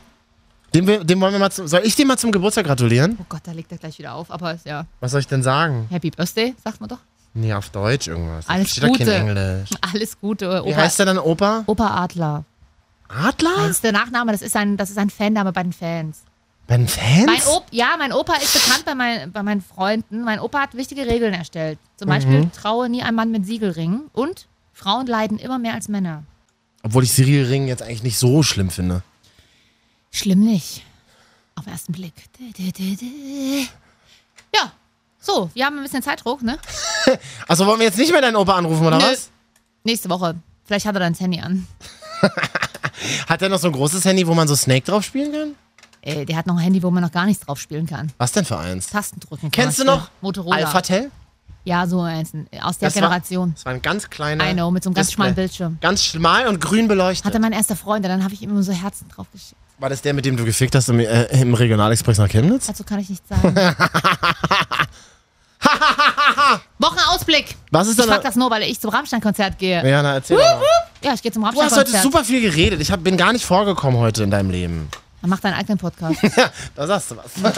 [SPEAKER 1] Den, will- den wollen wir mal zum, Soll ich dem mal zum Geburtstag gratulieren?
[SPEAKER 2] Oh Gott, da legt er gleich wieder auf. Aber ist ja,
[SPEAKER 1] Was soll ich denn sagen?
[SPEAKER 2] Happy Birthday, sagt man doch.
[SPEAKER 1] Nee, auf Deutsch irgendwas. Da
[SPEAKER 2] Alles
[SPEAKER 1] steht doch
[SPEAKER 2] Gute.
[SPEAKER 1] kein Englisch.
[SPEAKER 2] Alles Gute,
[SPEAKER 1] Wie
[SPEAKER 2] Opa,
[SPEAKER 1] heißt der dann Opa?
[SPEAKER 2] Opa Adler.
[SPEAKER 1] Adler?
[SPEAKER 2] Das ist der Nachname, das ist ein, das ist ein Fanname bei den Fans.
[SPEAKER 1] Bei den Fans?
[SPEAKER 2] Mein Op ja, mein Opa ist bekannt bei, mein, bei meinen Freunden. Mein Opa hat wichtige Regeln erstellt. Zum Beispiel
[SPEAKER 1] Mhm.
[SPEAKER 2] traue nie einem Mann mit Siegelringen und Frauen leiden immer mehr als Männer.
[SPEAKER 1] Obwohl ich Cyril Ring jetzt eigentlich nicht so schlimm finde.
[SPEAKER 2] Schlimm nicht. Auf den ersten Blick. Dä, dä, dä, dä. Ja, so, wir haben ein bisschen Zeitdruck, ne?
[SPEAKER 1] Also wollen wir jetzt nicht mehr deinen Opa anrufen, oder
[SPEAKER 2] Nö.
[SPEAKER 1] was?
[SPEAKER 2] Nächste Woche. Vielleicht hat er dann das Handy an.
[SPEAKER 1] Hat der noch so ein großes Handy, wo man so Snake drauf spielen kann?
[SPEAKER 2] Äh, der hat noch ein Handy, wo man noch gar nichts drauf spielen kann.
[SPEAKER 1] Was denn für eins?
[SPEAKER 2] Tasten drücken. zum
[SPEAKER 1] Kennst du
[SPEAKER 2] Beispiel.
[SPEAKER 1] noch
[SPEAKER 2] Motorola.
[SPEAKER 1] Alphatel?
[SPEAKER 2] Ja, so eins. Aus der
[SPEAKER 1] Das war-
[SPEAKER 2] Generation.
[SPEAKER 1] Das war ein ganz kleiner.
[SPEAKER 2] I know, mit so einem ganz
[SPEAKER 1] Display.
[SPEAKER 2] schmalen Bildschirm.
[SPEAKER 1] Ganz schmal und grün beleuchtet.
[SPEAKER 2] Hatte mein erster Freund, und dann habe ich ihm immer so Herzen drauf geschickt.
[SPEAKER 1] War das der, mit dem du gefickt hast im, äh, im Regionalexpress nach Chemnitz?
[SPEAKER 2] Dazu kann ich nichts sagen. Wochenausblick.
[SPEAKER 1] Was ist
[SPEAKER 2] Ich
[SPEAKER 1] denn
[SPEAKER 2] frag das nur, weil ich zum Rammstein-Konzert gehe.
[SPEAKER 1] Ja, na, erzähl doch mal.
[SPEAKER 2] Ja, ich gehe zum
[SPEAKER 1] Du hast heute
[SPEAKER 2] Rammstein-Konzert.
[SPEAKER 1] super viel geredet. Ich hab, bin gar nicht vorgekommen heute in deinem Leben.
[SPEAKER 2] Mach deinen eigenen Podcast.
[SPEAKER 1] Da sagst du was.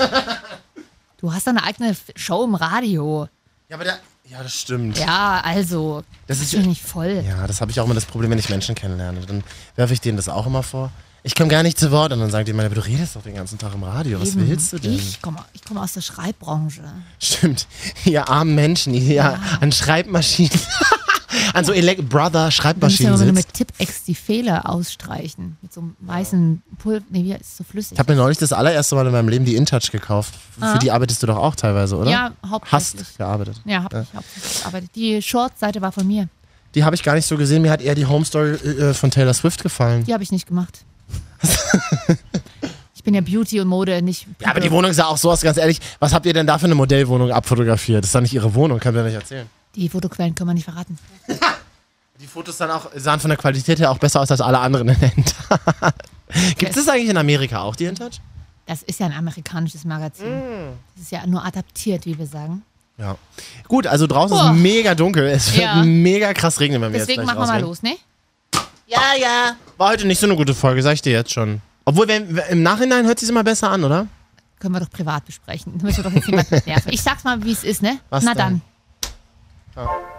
[SPEAKER 2] Du hast doch eine eigene F- Show im Radio.
[SPEAKER 1] Ja, aber der. Ja, das stimmt.
[SPEAKER 2] Ja, also.
[SPEAKER 1] Das
[SPEAKER 2] Das
[SPEAKER 1] ist-
[SPEAKER 2] ist nicht voll.
[SPEAKER 1] Ja, das habe ich auch immer das Problem, wenn ich Menschen kennenlerne. Dann werfe ich denen das auch immer vor. Ich komme gar nicht zu Wort und dann sagen die immer, aber du redest doch den ganzen Tag im Radio. Was
[SPEAKER 2] Eben.
[SPEAKER 1] willst du denn?
[SPEAKER 2] Ich komme ich komme aus der Schreibbranche.
[SPEAKER 1] Stimmt. Ihr armen Menschen, die hier an Schreibmaschinen, an so Elekt Brother
[SPEAKER 2] Du musst ja
[SPEAKER 1] Schreibmaschinen
[SPEAKER 2] immer nur
[SPEAKER 1] sitzt.
[SPEAKER 2] mit Tippex die Fehler ausstreichen. Mit so einem weißen Pulver. Nee, wie ist so flüssig.
[SPEAKER 1] Ich habe mir neulich das allererste Mal in meinem Leben die InTouch gekauft. Für die arbeitest du doch auch teilweise, oder?
[SPEAKER 2] Ah. Ja, hauptsächlich.
[SPEAKER 1] Hast gearbeitet.
[SPEAKER 2] ja, hab ich hauptsächlich gearbeitet. Die Short-Seite war von mir.
[SPEAKER 1] Die habe ich gar nicht so gesehen. Mir hat eher die Home Story äh, von Taylor Swift gefallen.
[SPEAKER 2] Die habe ich nicht gemacht. ich bin ja Beauty und Mode nicht.
[SPEAKER 1] Ja, aber die Wohnung sah auch so aus, ganz ehrlich. Was habt ihr denn da für eine Modellwohnung abfotografiert? Das ist doch nicht ihre Wohnung, kann mir nicht erzählen.
[SPEAKER 2] Die Fotoquellen können wir nicht verraten.
[SPEAKER 1] Die Fotos dann auch, sahen von der Qualität her auch besser aus als alle anderen in Hintouch. Gibt es das eigentlich in Amerika auch, die Hintouch?
[SPEAKER 2] Das ist ja ein amerikanisches Magazin. Das ist ja nur adaptiert, wie wir sagen.
[SPEAKER 1] Mm. Ja. Gut, also draußen
[SPEAKER 2] Boah.
[SPEAKER 1] ist mega dunkel. Es wird
[SPEAKER 2] Ja.
[SPEAKER 1] mega krass regnen, wenn wir
[SPEAKER 2] Deswegen
[SPEAKER 1] jetzt gleich
[SPEAKER 2] machen wir mal
[SPEAKER 1] rausgehen.
[SPEAKER 2] los, ne?
[SPEAKER 1] Ja, ja. War heute nicht so eine gute Folge, sag ich dir jetzt schon. Obwohl, wenn, im Nachhinein hört sie es immer besser an, oder?
[SPEAKER 2] Können wir doch privat besprechen. Da müssen wir doch jetzt niemanden nerven. Ich sag's mal, wie es ist, ne?
[SPEAKER 1] Was
[SPEAKER 2] Na
[SPEAKER 1] denn?
[SPEAKER 2] dann.